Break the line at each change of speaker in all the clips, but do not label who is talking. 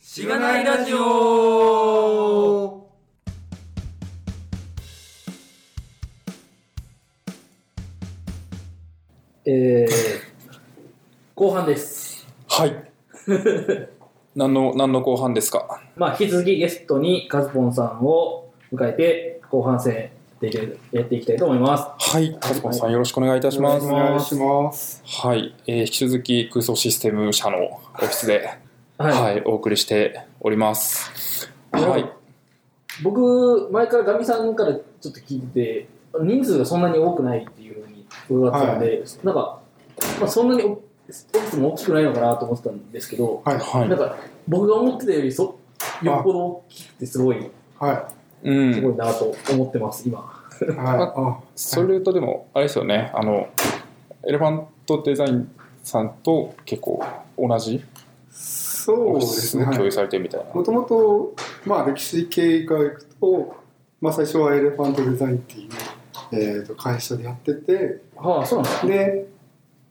しがないラジオ
えー、後半です。
はい。何の、何の後半ですか
まあ、引き続きゲストにカズポンさんを迎えて、後半戦やっていけやっていきたいと思います。
はい。カズコンさん、よろしくお願いいたし
お願
ま
いし
す。
ます
ます。
はい。えー引き続き空想システム社のオフィスで、
は。
はいい、お送りしております。はい。
僕、前からガミさんからちょっと聞いてて、人数がそんなに多くないっていうふうに伺ってたんで、なんか、まあ、そんなにオオフィスも大きくないのかなと思ってたんですけど、
はい。
な
は。
んか、僕が思ってたよりそ、よっぽど大きくてすごい、
はい
う
すご
ん。
いなと思ってます、今。
い。は
それで言うと、でも、あれですよね。あの、エレファントデザインさんと結構同じ
い。そう
オ
で
フィ
す
ス
ね。
で
はい
共有されてるみたいな。
もともと、まあ、歴史系からいくと、まあ、最初はエレファントデザインっていう、えー、と会社でやってて、
はあ、そうなんですか。
で、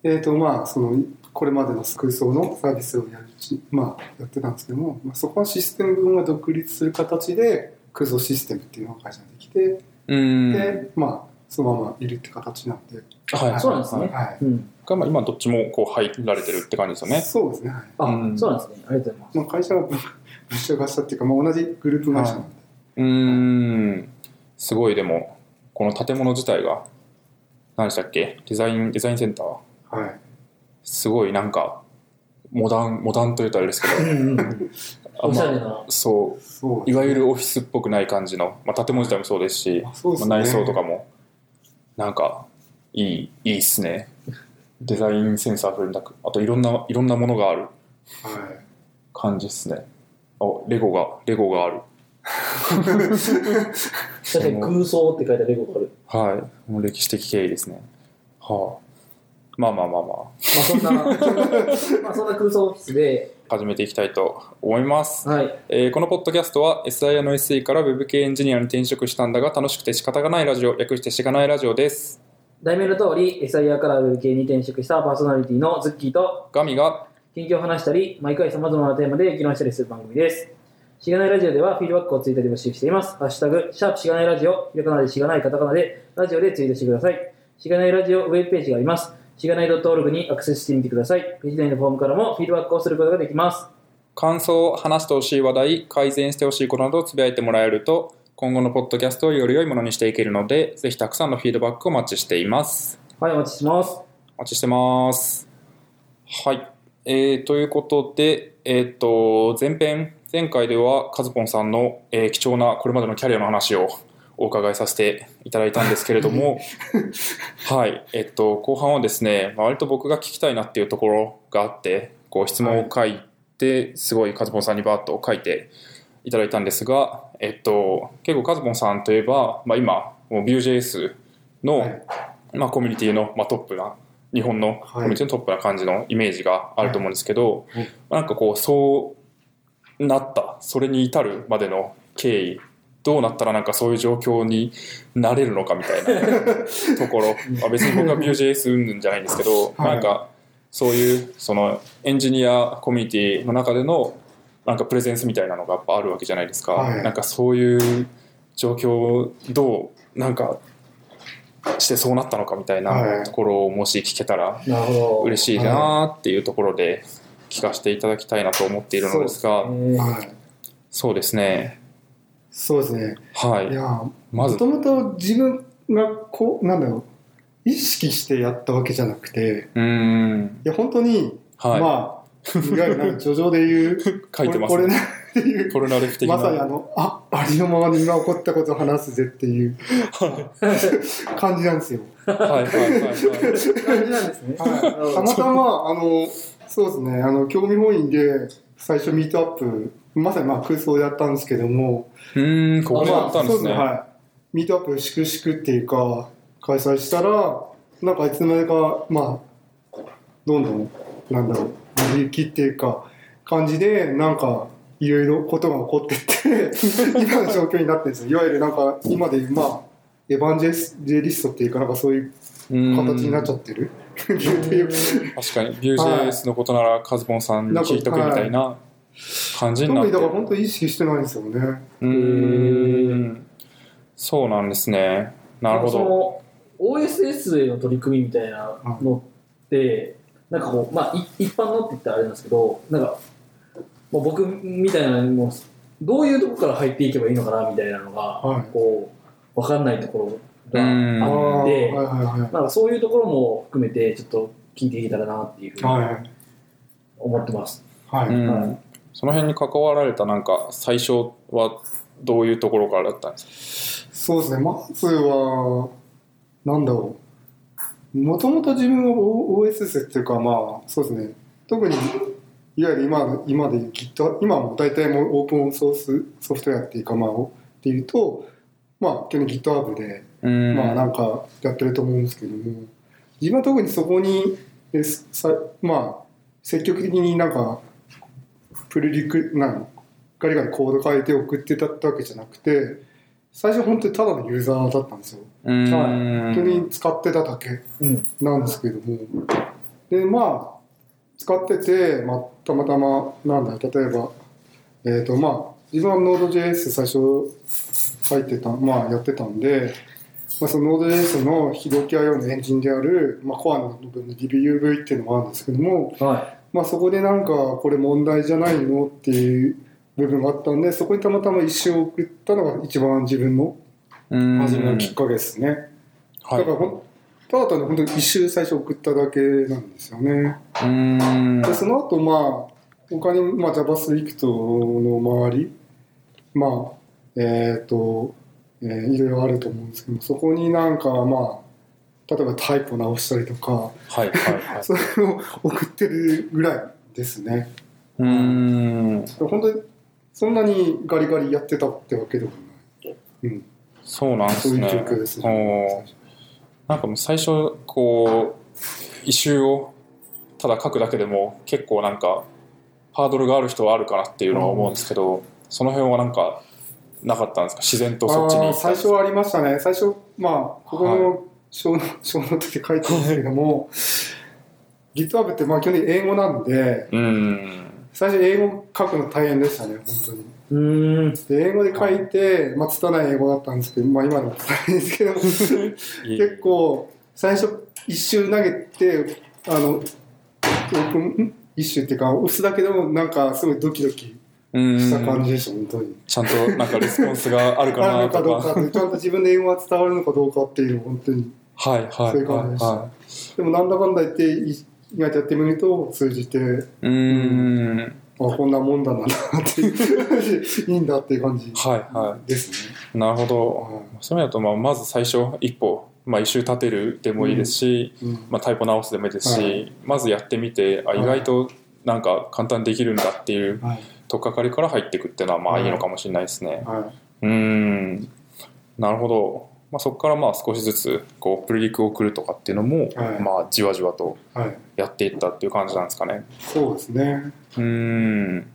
えーとまあ、そのこれまでの空想のサービスをやるうち、まあ、やってたんですけども、まあ、そこのシステム分が独立する形で空想システムっていうのが会社にできて、
うん。
で、まあ、そのままいるって形なんで、
はい。
そうなんですね。
はい
うん。
が、まあ、今、どっちもこう入られてるって感じですよね。
そうですね、はい
あ、
うん
そうなんですね。ありがとうございます。
まあ、会社が分分社化したっていうか、まあ、同じグループ会社なんで、
うーん、すごいでも、この建物自体が、何でしたっけデザイン、デザインセンター
はい
すごいなんか、モダン、モダンというとあれですけど、
うんうんうん。
あん
おしゃれ
ま
な。
そ
そう
う、いわ
る
ゆるオフィスっぽくない感じの、まあ、建物自体もそうですし、
そうですね
まあ内装とかも、なんか、いい、いいっすね。デザインセンサー触れなく、あといろんな、いろんなものがある
はい
感じっすね。あ、レゴが、レゴがある。
確かに空想って書いたレゴがある。
はい。もう歴史的経緯ですね。はあ。まあまあまあまあ。
まあそ んな、まあそんな空想オフィスで、
始めていきたいと思います、
はい。
えーこのポッドキャストは SIR の SE から Web 系エンジニアに転職したんだが楽しくて仕方がないラジオ略してしがないラジオです
題名の通り、SIR から Web 系に転職したパーソナリティのズッキーと、
ガミが
近況を話したり、毎回様々なテーマで議論したりする番組です。しがないラジオではフィードバックをツイッターで募集しています。ハッシュタグ、シャープしがないラジオ、ひらがなでしがないカタカナで、ラジオでツイートしてください。しがないラジオウェブページがあります。しがない .org にアクセスしてみてください。ページ内のフォームからもフィードバックをすることができます。
感想話してほしい話題改善してほしいことなどをつぶやいてもらえると今後のポッドキャストをより良いものにしていけるのでぜひたくさんのフィードバックをお待ちしています
はい、お待ちしてます。
お待ちしてますはいえー、ということで、えっと前編前回ではカズポンさんの、えー貴重なこれまでのキャリアの話をお伺いさせていただいたんですけれ どもはいえっと後半はですねまあ割と僕が聞きたいなっていうところがあってこう質問を書いてすごいカズポンさんにバーッと書いていただいたんですが、えっと、結構カズポンさんといえば、まあ、今もう Vue.js の、
はい
まあ、コミュニティの、まあ、トップな日本のコミュニティのトップな感じのイメージがあると思うんですけど、
はい
なんかこうそうなったそれに至るまでの経緯どうなったらなんかそういう状況になれるのかみた いなところ、まあ、別に僕は Vue.js うんじゃないんですけ
は
ど、
い
なんかそういうそのエンジニアコミュニティの中でのなんかプレゼンスみたいなのがやっぱあるわけじゃないですか、
はい
なんかそういう状況をどうなんかしてそうなったのかみたい
は
ないところをもし聞けたら
なるほど。
嬉しいなーっていうところで聞かせていただきたいなと思っているのですが
えー
はい
そうですね
そうですね
はいい
や
ま
も
ず
ともと自分がこうなんだろう意識してやったわけじゃなくて
うーん
いや本当に、ま
は
あいわゆるなんか叙情で言う
書いてます
こ
ね
れこれなってい
いうポルナレフ的な
まさにあのあありのままに今起こったことを話すぜっていう 感じなんですよ
はいはいはいはい
感じなんですね。なるほ
た
ど
またま、あの、そうですね、あの、興味本位で、最初ミートアップ、まさにまあ空想でやったんですけども、
うーんここでや
まあ
ったんで
そう
すね
はい。ミートアップ、しくしくっていうか、開催したら、なんかいつの間にか、まあ、どんどん、なんだろう、乗り行きっていうか、感じで、なんか、いろいろことが起こってって、 今の状況になってるんですよ。いわゆるなんか、今で言う、まあ、エヴァンジェリストっていうか、なんかそういう
うーん
形になっちゃってる。 っていう
確かに Vue.js のことならカズボンさんに聞いとくみたいな感じになっ
特
て
にだから本当意識してないんですよね。
うーんそうなんですねなるほど
ど。OSS への取り組みみたいなのって、なんかこう、まあ、い一般のって言ったらあれなんですけど、なんか、もう僕みたいなのも、どういうとこから入っていけばいいのかなみたいなのが、
はい
こう、わかんないところ
ああ
うん
があっ
はい
て、
はいはい。
なんかそういうところも含めて、ちょっと聞いていけたらなっていうふうに
はい
思ってます。
はい。
う
は
んその辺に関わられたなんか最初はどういうところからだったんですか
そうですね、まずは、なんだろう、もともと自分は O- OSS っていうか、まあ、そうですね、特に、いわゆる今の今でいう Git、今も大体もうオープンソースソフトウェアっていうか、まあ、おっていうと、まあ、基本に GitHub で、
うん
まあ、なんかやってると思うんですけども、自分は特にそこに、えすさまあ、積極的になんか、プルリク、なんガリガリコード変えて送ってたったわけじゃなくて、最初本当にただのユーザーだったんですよ。
うん
はい
本当に使ってただけ
うん。
なんですけども。で、まあ、使ってて、まあ、たまたま、なんだ、例えば、えっ、と、まあ、自分は Node.js 最初入ってた、まあ、やってたんで、まあ、その Node.js の非同期 IO のエンジンである、まあ、コアの部分の DBUV っていうのがあるんですけども、
は
まあ、そこでなんかこれ問題じゃないのっていう部分があったんでそこにたまたま一瞬送ったのが一番自分の
うん
初めのきっかけですね、
はい
だからほんただ単に本当に一周最初送っただけなんですよね
うん
でその後まあ他に、まあ、JavaScript の周りまあえっ、と、えーいろいろあると思うんですけどそこになんかまあ例えばタイプを直したりとか
はいはい はい
それを送ってるぐらいですね
うん
本当にそんなにガリガリやってたってわけでもない、うん、
そうなんで
そう
す
いう
ね
状況です
おー
ね。
なんかもう最初こう一周をただ書くだけでも結構なんかハードルがある人はあるかなっていうのは思うんですけど、その辺はなんかなかったんですか自然とそっちに
あ
行
ー
ったん
最
です
初
か
はありましたね最初まあここ
は
の小の 小の時書いてますけども GitHub ってまあ基本的に英語なんで
うん
最初英語書くの大変でしたね本当に
い。うーん。
で英語で書いてまあ拙い英語だったんですけどまあ今でも拙いんですけ ど結構最初一周投げてあのオープンん一周っていうか押すだけでもなんかすごいドキドキ
うん
した感じでした、本当に。
ちゃんとなんかレスポンスがある か
ある
な
のか
と
どう
か
かという、ちゃんと自分で英語が伝わるのかどうかっていう、本当に。
はいはい
そういう感じでした
は
でも、なんだかんだ言って、い意外とやってみると、通じて、あ、
いうん
こんなもんだなっていう、いいんだっていう感じ
はいは
ですね。
いなるほど
は
そういう意味だとまあまず最初一歩、まあ、一周立てるでもいいですし、
いうん
まあ、タイプ直すでもいいですし、
はい
まずやってみてあ
はい
意外となんか簡単にできるんだっていう
はい
取っかかりから入っていくっていうのはまあ
はい
いいのかもしれないですね。
は
うーんなるほど、まあ、そこからまあ少しずつこうプリリクを送るとかっていうのも、
はい
まあ、じわじわと
いはい
やっていったっていう感じなんですかね。
そうですね。
うーん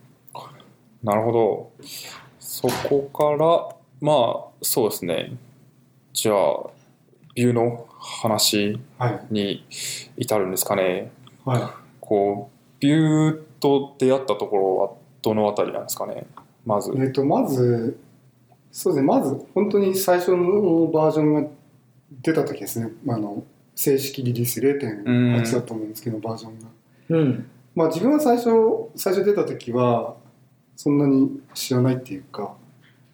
なるほどそこからまあそうですねじゃあビューの話
はい。
に至るんですかね。
は
こうビューと出会ったところはどのあたりなんですかねまず
い。えっ、と、まず、そうですね、まず、本当に最初のバージョンが出た時ですね、あの、正式リリース0.8だと思うんですけど、バージョンが。
うん。
まあ自分は最初最初出た時はそんなに知らないっていうか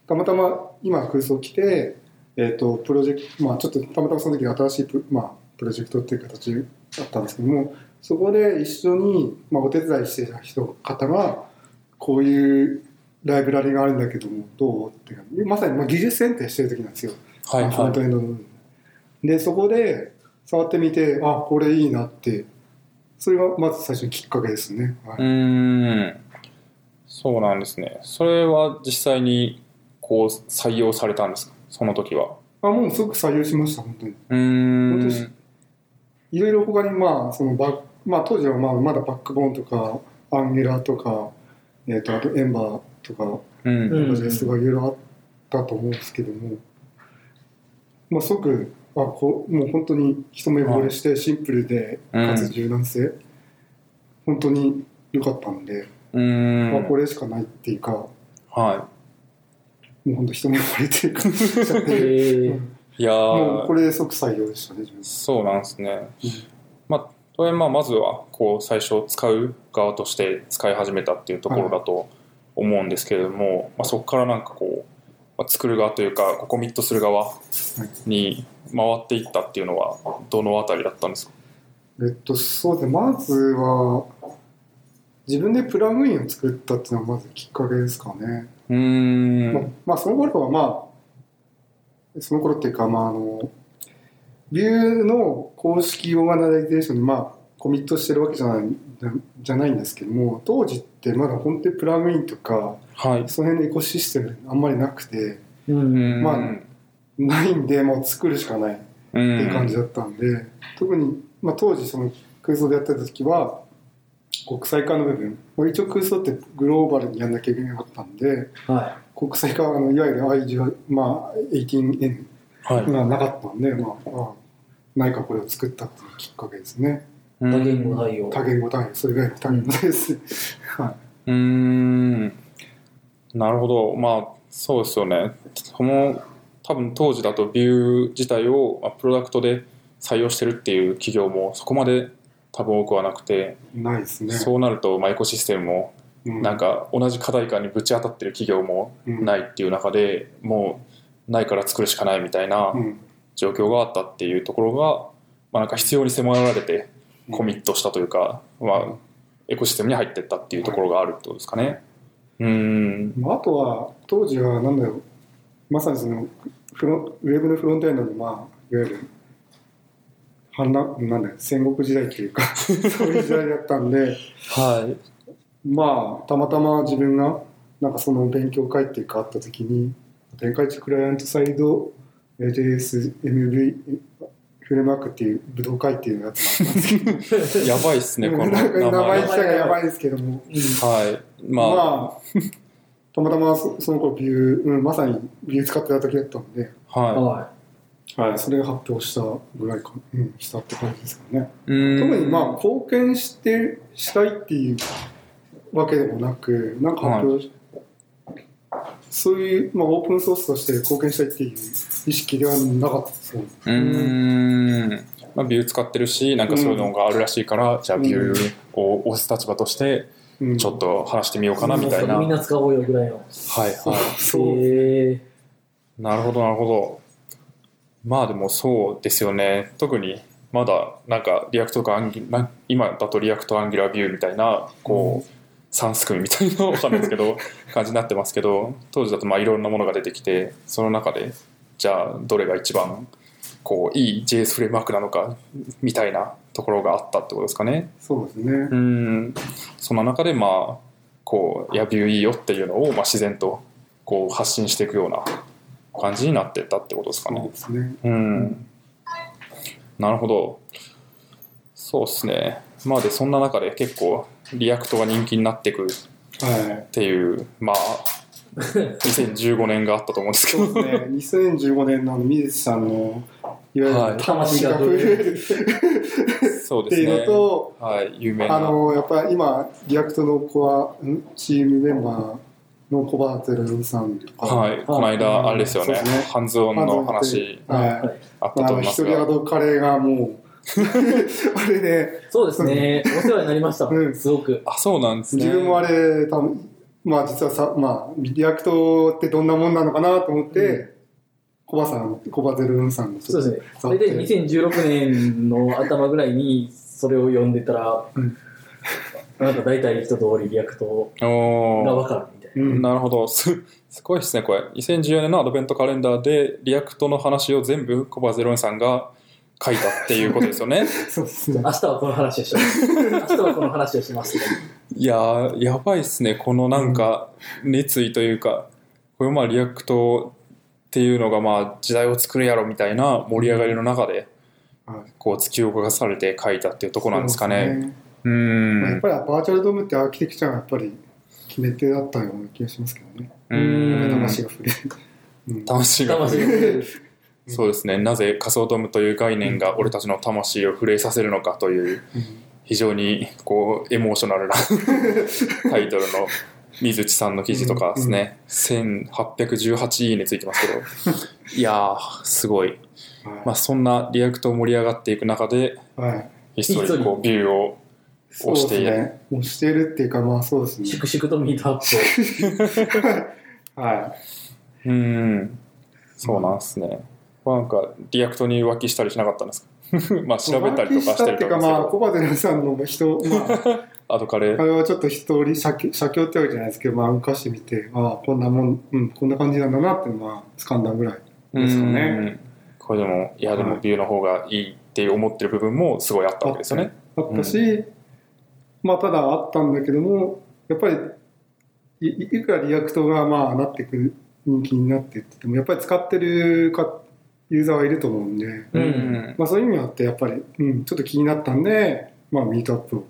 たまたま今空想来てえっ、とプロジェクトまあちょっとたまたまその時新しいプ,、まあ、プロジェクトっていう形だったんですけどもそこで一緒に、まあ、お手伝いしてた人方がこういうライブラリがあるんだけどもどうっていうかまさにまあ技術選定してる時なんですよ
はい
フロン
は
トエンドの部分でそこで触ってみてあこれいいなってそれがまず最初のきっかけですね、はい
い。うーんそうなんですね。それは実際にこう採用されたんですかその時は。
あもうすごく採用しました本当に
うーん
本当ですいろいろ他にまあそのバッまあ当時はまあまだバックボーンとかアンギュラーとか、えー、とあとエンバーとか
うん
うん
プロジェスとかいろいろあったと思うんですけども、まあ、即あこうもう本当に一目惚れしてシンプルで
うん
かつ柔軟性、本当に良かったんで、
うー
まあ、
ん
これしかないっていうか、も
は
うほんと一目惚れっていうか、
え ー、
いいや
もう
ー
これ即採用でしたね、自分
そうなんですね
うん
まあとはいえまあまずはこう最初使う側として使い始めたっていうところだと思うんですけれども、まあ、そこからなんかこう、まあ、作る側というかこうコミットする側に回っていったっていうのはどのあたりだったんですか
えっと、そうですね、まずは、自分でプラグインを作ったっていうのがまずきっかけですかね。
うーん
まあ、まあ、その頃はまあ、その頃っていうか、まあ、あの、ビューの公式オーガナイゼーションに、まあ、コミットしてるわけじゃない、じゃじゃないんですけども、当時ってまだ本当にプラグインとか、
はい
その辺のエコシステムあんまりなくて、
う、
うんん
まあないんで、もう作るしかない。
う
って
ん
いう感じだったんで、特に、まあ、当時その空想でやってた時は国際化の部分まあ一応空想ってグローバルにやんなきゃいけなかったんで
は
国際化はあのいわゆる I18、まあ、18N
はい
がなかったんで、まあ、あないかこれを作ったっていうきっかけですね
い。多言語対応。
多言語単位それ以外の単語です、は
うーんなるほどまあそうですよねその多分当時だとビュー自体をまあプロダクトで採用してるっていう企業もそこまで多分多くはなくて、
いないですね
そうなるとまあエコシステムも
うん
なんか同じ課題感にぶち当たってる企業も
うん
ないっていう中でもうないから作るしかないみたいな
うん
状況があったっていうところが、まあ、なんか必要に迫られてコミットしたというか、まあ、エコシステムに入っていったっていうところがあるってことですかね。うーん
まあ、あとは当時はなんだろうまさにそのフロウェブのフロントエンドの、まあ、いわゆる反乱なんだよ戦国時代っていうか そういう時代だったんで
はい
まあたまたま自分がなんかその勉強会っていうかあった時に展開地クライアントサイド JSMV フレームワークっていう武道会っていうやつがあったんですけど
やばいっすね、この
なんか名
名
前自
前。
体がやばいですけども。
はい。ま
まあ
あ、、
たまたまそその頃ビュー、うん、まさにビュー使ってた時だったんで、
は
は
はい、それが発表したぐらいか、うん、したって感じですかね。
い。うーん
特にまあ貢献してしたいっていうわけでもなく、なんか発表し、そういう、まあ、オープンソースとして貢献したいっていう意識ではなかったそう
うーん。まあ、ビュー使ってるし、なんかそういうのがあるらしいから、じゃあビューを押す立場として、
うん
ちょっと話してみよう
い。
かなみたいな。
みん
は
な
い
使おうよぐらいの。
はい。
そう、
え
なるほどなるほどまあでもそうですよね特にまだなんかリアクトかアンギな今だとリアクトアンギュラービューみたいなこう、三すくみみたいなわかんないですけど感じになってますけど当時だとまあいろんなものが出てきてその中でじゃあどれが一番こういい JS フレームワークなのかみたいなところがあったってことですかね。
そうですね
う。んそんな中でまあこう「いやビューいいよ」っていうのを、まあ、自然とこう発信していくような感じになってったってことですか
そう
ね。
ですね。
うん、なるほどそうですねまあでそんな中で結構リアクトが人気になっていくっ
はい。
ていうまあ2015年があったと思うんですけ
そう
ど
ですね。2015年の水木さんの、いわゆ
は
る
い
魂が震える
そう
って
です
いう
ね
のと、
はい有名な
あのやっぱり今リアクトのコアんチームメンバーのコバゼルさんとか、
はい、この間あれですよね
そうですね
ハンズオンの話
はい
はい
あった
あ
と
の
思いま
一
す
人ア
が
ドカレーがもう あれね
ーそうですね。お世話になりました
う。ん
すごく。
あそうなんですね
自分もあれ多分まあ実はさまあリアクトってどんなもんなのかなと思って、
う
コバさんコバゼルさんの
そうですね。それで2016年の頭ぐらいにそれを読んでたら
うん、
なんか大体一通りリアクト
おー
がわかるみたいな。
うん
なるほどすすごいですねこれ2014年のアドベントカレンダーでリアクトの話を全部コバゼロンさんが書いたっていうことですよね
そうですね
明日はこの話をし ます。明日はこの話をしますね。
いやーやばいですねこのなんか熱意というかこれまあリアクトっていうのがまあ時代を作るやろみたいな盛り上がりの中で
はい
こう突き動かされて書いたっていうところなんですかね
そう
う
ですね
ーん
やっぱりバーチャルドームってアーキテクチャがやっぱり決め手だったような気がしますけどね、
うーん
魂が震える、うん
魂が
魂が震える
そうですねなぜ仮想ドームという概念が俺たちの魂を震えさせるのかという
うん
非常にこうエモーショナルなタイトルの水地さんの記事とかですね、1818いいねついてますけどいやーすごい、まあ、そんなリアクト盛り上がっていく中で
はい。
ひっそりこうビューを
そうです
押してい
ね。押してるっていうか、まあそうですね。
粛々とミートアップを。
は
うんそうなんですね、なんかリアクトに浮気したりしなかったんですか まあ
い。
調べたりとかして
まあ浮気したっ
ると
ていうか、
思
まあ、
うんです
コバデラさんの人、まあ、
けどアドカレ
あれはちょっと一人写経写経ってわけじゃないですけど、まあ、動かしてみて、ああ、こんなもん、うん、こんな感じなんだなっていうのは掴んだぐらい。ですかね
うんこれでもいやでもビューの方がいいって思ってる部分もすごいあったわけですよね
あったし、まあ、ただあったんだけども、やっぱり、いいいくらリアクトが、まあ、なってくる、人気になってって言っても、やっぱり使ってるか、ユーザーはいると思うんで、
うん
まあ、そういう意味があって、やっぱり、うん、ちょっと気になったんで、まあ、ミートアップを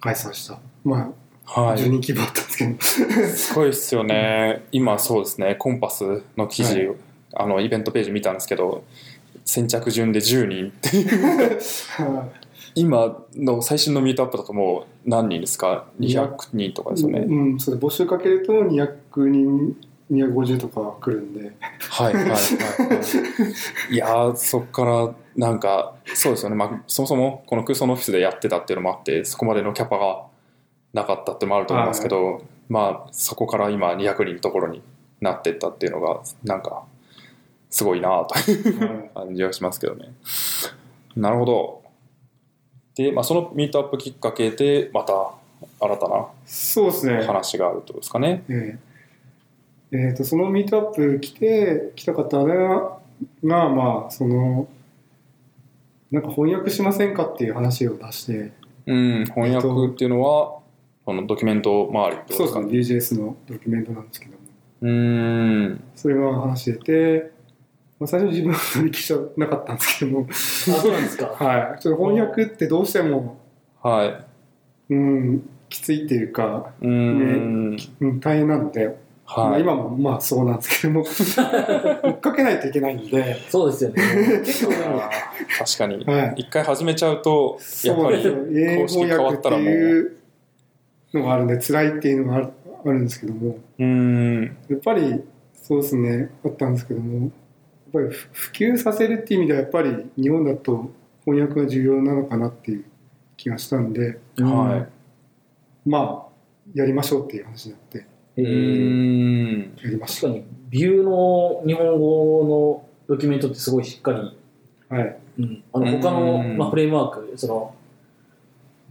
開催した。まあ、
は
12規模だったんですけど、
いすごいですよね今そうですねコンパスの記事、あのイベントページ見たんですけど先着順で10人って今の最新のミートアップだともう何人ですか200人とかですよね、
うん、うんそれ募集かけると200人250とか来るんで
はいはいはい、はい、いやーそっからなんかそうですよね、まあ、そもそもこの空想のオフィスでやってたっていうのもあってそこまでのキャパがなかったっていうのもあると思うんですけど、まあそこから今200人のところになってったっていうのがなんかすごいなあという感じがしますけどねなるほどで、まあ、そのミートアップきっかけでまた新たな
そうですね、
話があるってことですかね
えええーとそのミートアップ来て来た方ががまあそのなんか翻訳しませんかっていう話を出して
うん翻訳っていうのはこのドキュメント周りってこと
そう
で
ですす
かね
ね BJS のドキュメントなんですけども
うーん。
それは話してて、まあ、最初自分は取り気じゃなかったんですけども、
あ、そうなんですか。
はい、ちょっと翻訳ってどうしても、
は
うん、きついっていうか、
い。うーん。
うん、大変なんでま
は
あ、
い。
今もまあそうなんですけど も追っかけないといけないんで、
そうですよね。結構でも
あー確かに。
はい、
一回始めちゃうと、やっ
そ
ぱ
うです
り。
よ英語訳っていうのがあるんで辛いっていうのがあるあるんですけども
うーん。
やっぱりそうですねあったんですけどもやっぱりふ普及させるっていう意味ではやっぱり日本だと翻訳が重要なのかなっていう気がしたんで
は
まあやりましょうっていう話になって
い。
え
う
ー
ーん。
やりまし
確
た
か。に、ビューの日本語のドキュメントってすごいしっかり、
はい、
うん、あの他の、
うん
まあ、フレームワーク、その、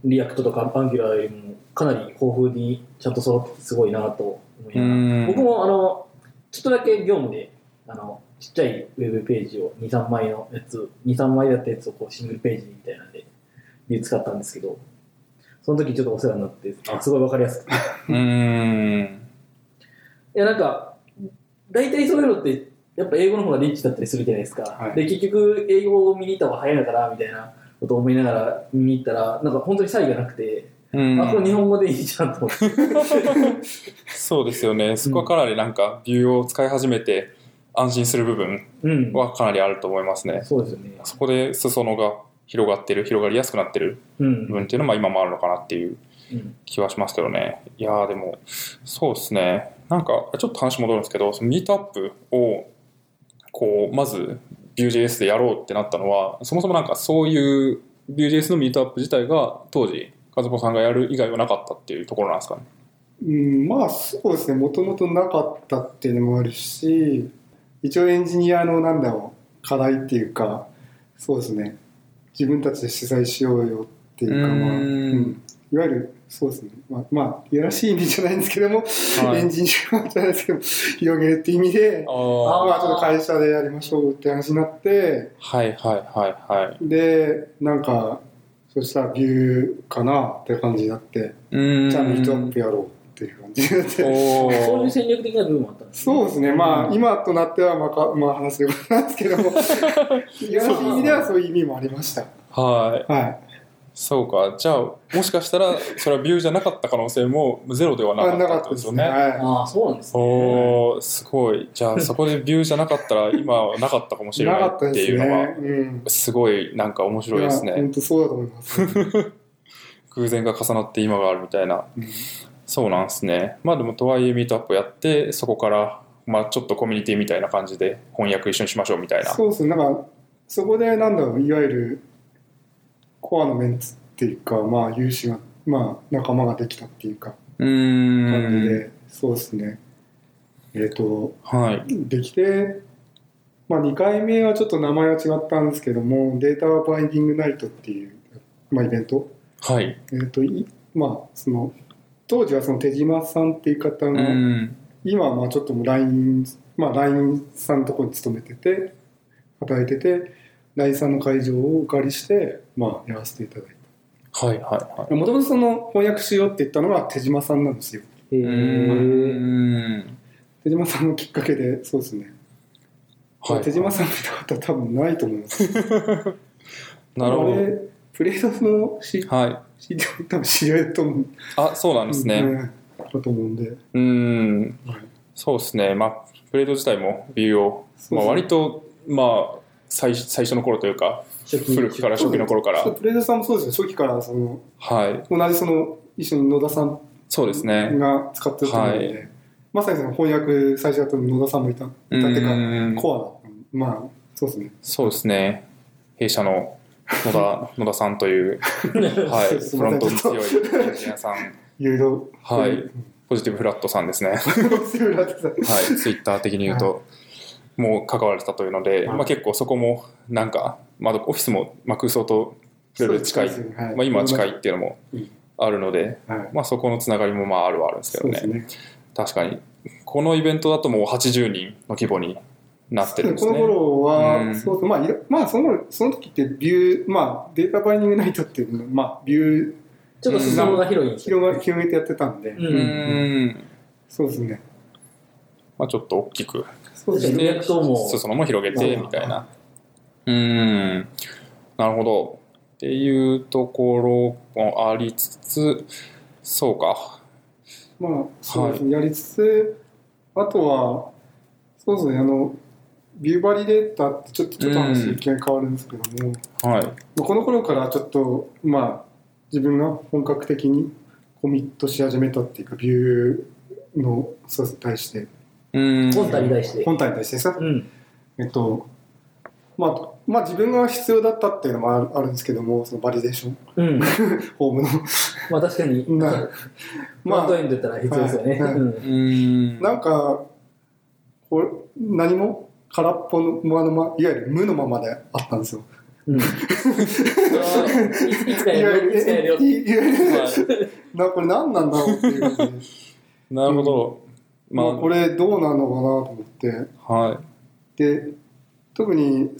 リアクトとかアンギュラーよりもかなり豊富にちゃんと揃っててすごいなと思いうながら
ーん
僕。もあのちょっとだけ業務であのちっちゃいウェブページを23枚のやつ23枚だったやつをこうシングルページみたいなんでで使ったんですけどその時ちょっとお世話になってあすごいわかりやすくて
うーん。
いやなんか大体そういうのってやっぱ英語の方がリッチだったりするじゃないですか、
はい
で結局英語を見に行った方が早いのかなみたいなことを思いながら見に行ったらなんか本当に差異がなくて、
うーん
あこれ日本語でいいじゃんと思って
そうですよね。そこはかなりなんか、ビューを使い始めて、安心する部分
うん
はかなりあると思いますね。
そうですよね
そこで裾野が広がってる、広がりやすくなってる
う
部
ん、
分っていうのは、まあ今もあるのかなっていう
うん、
気はしますけどね。いやーでも、そうですね。なんか、ちょっと話戻るんですけど、そのミートアップを、こう、まず Vue.js でやろうってなったのは、そもそもなんかそういう Vue.js のミートアップ自体が当時、和子さんがやる以外はなかったっていうところなんですかね。
うん、まあそうですねもともとなかったっていうのもあるし一応エンジニアのなんだろう課題っていうかそうですね自分たちで主催しようよっていうかまあ
うーん
うんいわゆるそうですねまあ、まあ、いやらしい意味じゃないんですけども、
はい
エンジニアじゃないですけど広げるっていう意味で
あ
まあちょっと会社でやりましょうって話になって
はいはいはいはい。
でなんかそしたらビューかなって感じになって
うーん。
じゃあミートアップやろうっていう感じになって。
おー
そういう戦略的な部分もあったんですね
そうですね、まあ、今となってはまあか、まあ、話せることなんですけど も、いやらしい意味ではそういう意味もありました。
はい。
はい、
そうか。じゃあ、もしかしたら、それはビューじゃなかった可能性もゼロではな
あ
か
な
った
か
っ
ってたで
ことです
す
よ
ね。
ね。
は
ああ、そうなんですね。
おーすごいじゃあそこでビューじゃなかったら今はなかったかもし
い、
れ
な
ない
かった
って
で
い
す
うの
ね
は。
うん
すごいなんか面白いです
や
ね
本当そうだと思います。
偶然が重なって今があるみたいなそうなんですね。まあでもとはいえミートアップやって、そこから、まあちょっとコミュニティみたいな感じで翻訳一緒にしましょうみたいな。
そうですねなんかそこでなんだろういわゆるコアのメンツっていうかまあ有志がまあ仲間ができたっていうか
う
感じ
ーん。
でそうですねえっ、と
はい。
できて、まあ、2回目はちょっと名前は違ったんですけどもデータバインディングナイトっていう、まあ、イベント
はい。
えっ、といまあその当時はその手島さんっていう方
う
の、
ん。
今はまあちょっともう LINE、まあ、LINE さんのところに勤めてて働いてて LINE さんの会場をお借りして、まあ、やらせていただい
はいはいは
てもともとその翻訳しようって言ったのが手島さんなんですよ
へ
い。うー
え。
ん。
手島さんのきっかけでそうですね、
はい。
手島さん見たことは多分ないと思います
なる
あ
ほ
れプレイドのし
ど。はい。
知り合い多分知り合いだと思う
あ、そうなんですね。
だと思うんで
うーん。そうですね。まあ、プレート自体もビューを、
そうそう
まあ割と、まあ、最最初の頃というか、
初期
古くから初期の頃から
そ。うプレイドさんもそうですよ初期からその
はい。
同じその一緒に野田さん
そうですね。
が使ってると思うので、
は
まさにその翻訳最初やった野田さんもいたいた
う
っていうか
ーん。
コアだまあそうですね
そうですね。弊社の野 田野田さんという、はい、
す
フ
いませ
ロン
ん
トに強いエンジニアさ ん、
いろいろ
はい
うん
ポジティブフラットさんですね、はい、
杉浦さん
ツイッター的に言うと、もう関われてたというので、
はい
まあ、結構そこもなんか、まあ、オフィスも、まあ、空想といろいろ近い、
そうですねはい
まあ、今は近いっていうのも
うん
あるので、
はい
まあ、そこのつながりもまああるはあるんですけ
そ
ど
う
ね
ですね
確かにこのイベントだともう80人の規模になってるんです
こ
ね
の頃は、
うん
そうそうまあいろまあその頃その時ってビューまあデータバイニングナイトっていうのまあビュー
ちょっと裾野が広いんですよ。
広が広げてやってたんで、
う。
うんん、
そうですね
まあ、ちょっと大きく
そうです
確か
ね
に役とも
裾野も広げてみたいな。うーん、なるほど。っていうところもありつつ、そうか。
まあそうですね、やりつつあとはそうですねあのビューバリデータってちょっとちょっと話
うん
一見変わるんですけども、
はい。
まあこの頃からちょっとまあ自分が本格的にコミットし始めたっていうかビューのそうです対して
うーん。
本体に対して。
本体に対してさ、
うん。
えっとまあまあ自分が必要だったっていうのもあるあるんですけどもそのバリデーション
うん。
ホームの
まあ確かに、
な
フロ
ま
ン
あ
トエンドだったら必要ですよね。
はいう
うんーん。
なんかこれ何も空っぽのままいわゆる無のままであったんですよ。
うん。それはいいつかやるよ、いつかやるよ。
いわゆる
はい
なこれ何なんだろうっていう感じで
なるほど。ま
ま
あ、
あこれどうなるのかなと思って
は
で特に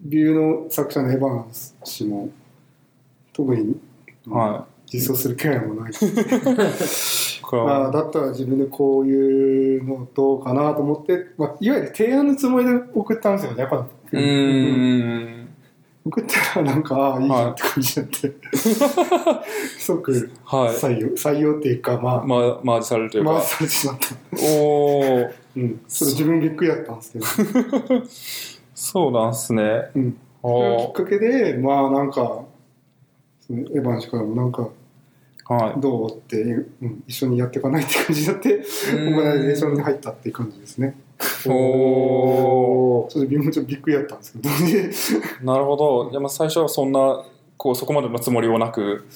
ビューの作者のエヴァンス氏も特に
い。は
実装する気配もない
い。これ
あ
は、
あだったら自分でこういうのどうかなと思って、まあ、いわゆる提案のつもりで送ったんですよねやっぱ
うーん。
送ったらなんかああいいじゃんって感じになって、即
はい。
採用採用っていうかま
ま、マージされるとい
あ
うか
回。されてしまった、
おー。
うん、それ自分びっくりだったんですけど、
そうなんすね。
うん、
あ
それがきっ
ー
かけでまあなんかそのエヴァン氏からもなんか
はい。
どうって、うん、一緒にやっていかないって感じになってオーガナイゼーションに入ったっていう感じですね
お
ちょ
ー。
っと自分もちょっとびっくりだったんですけど
なるほど。いやまあ最初はそんなこうそこまでのつもりもなく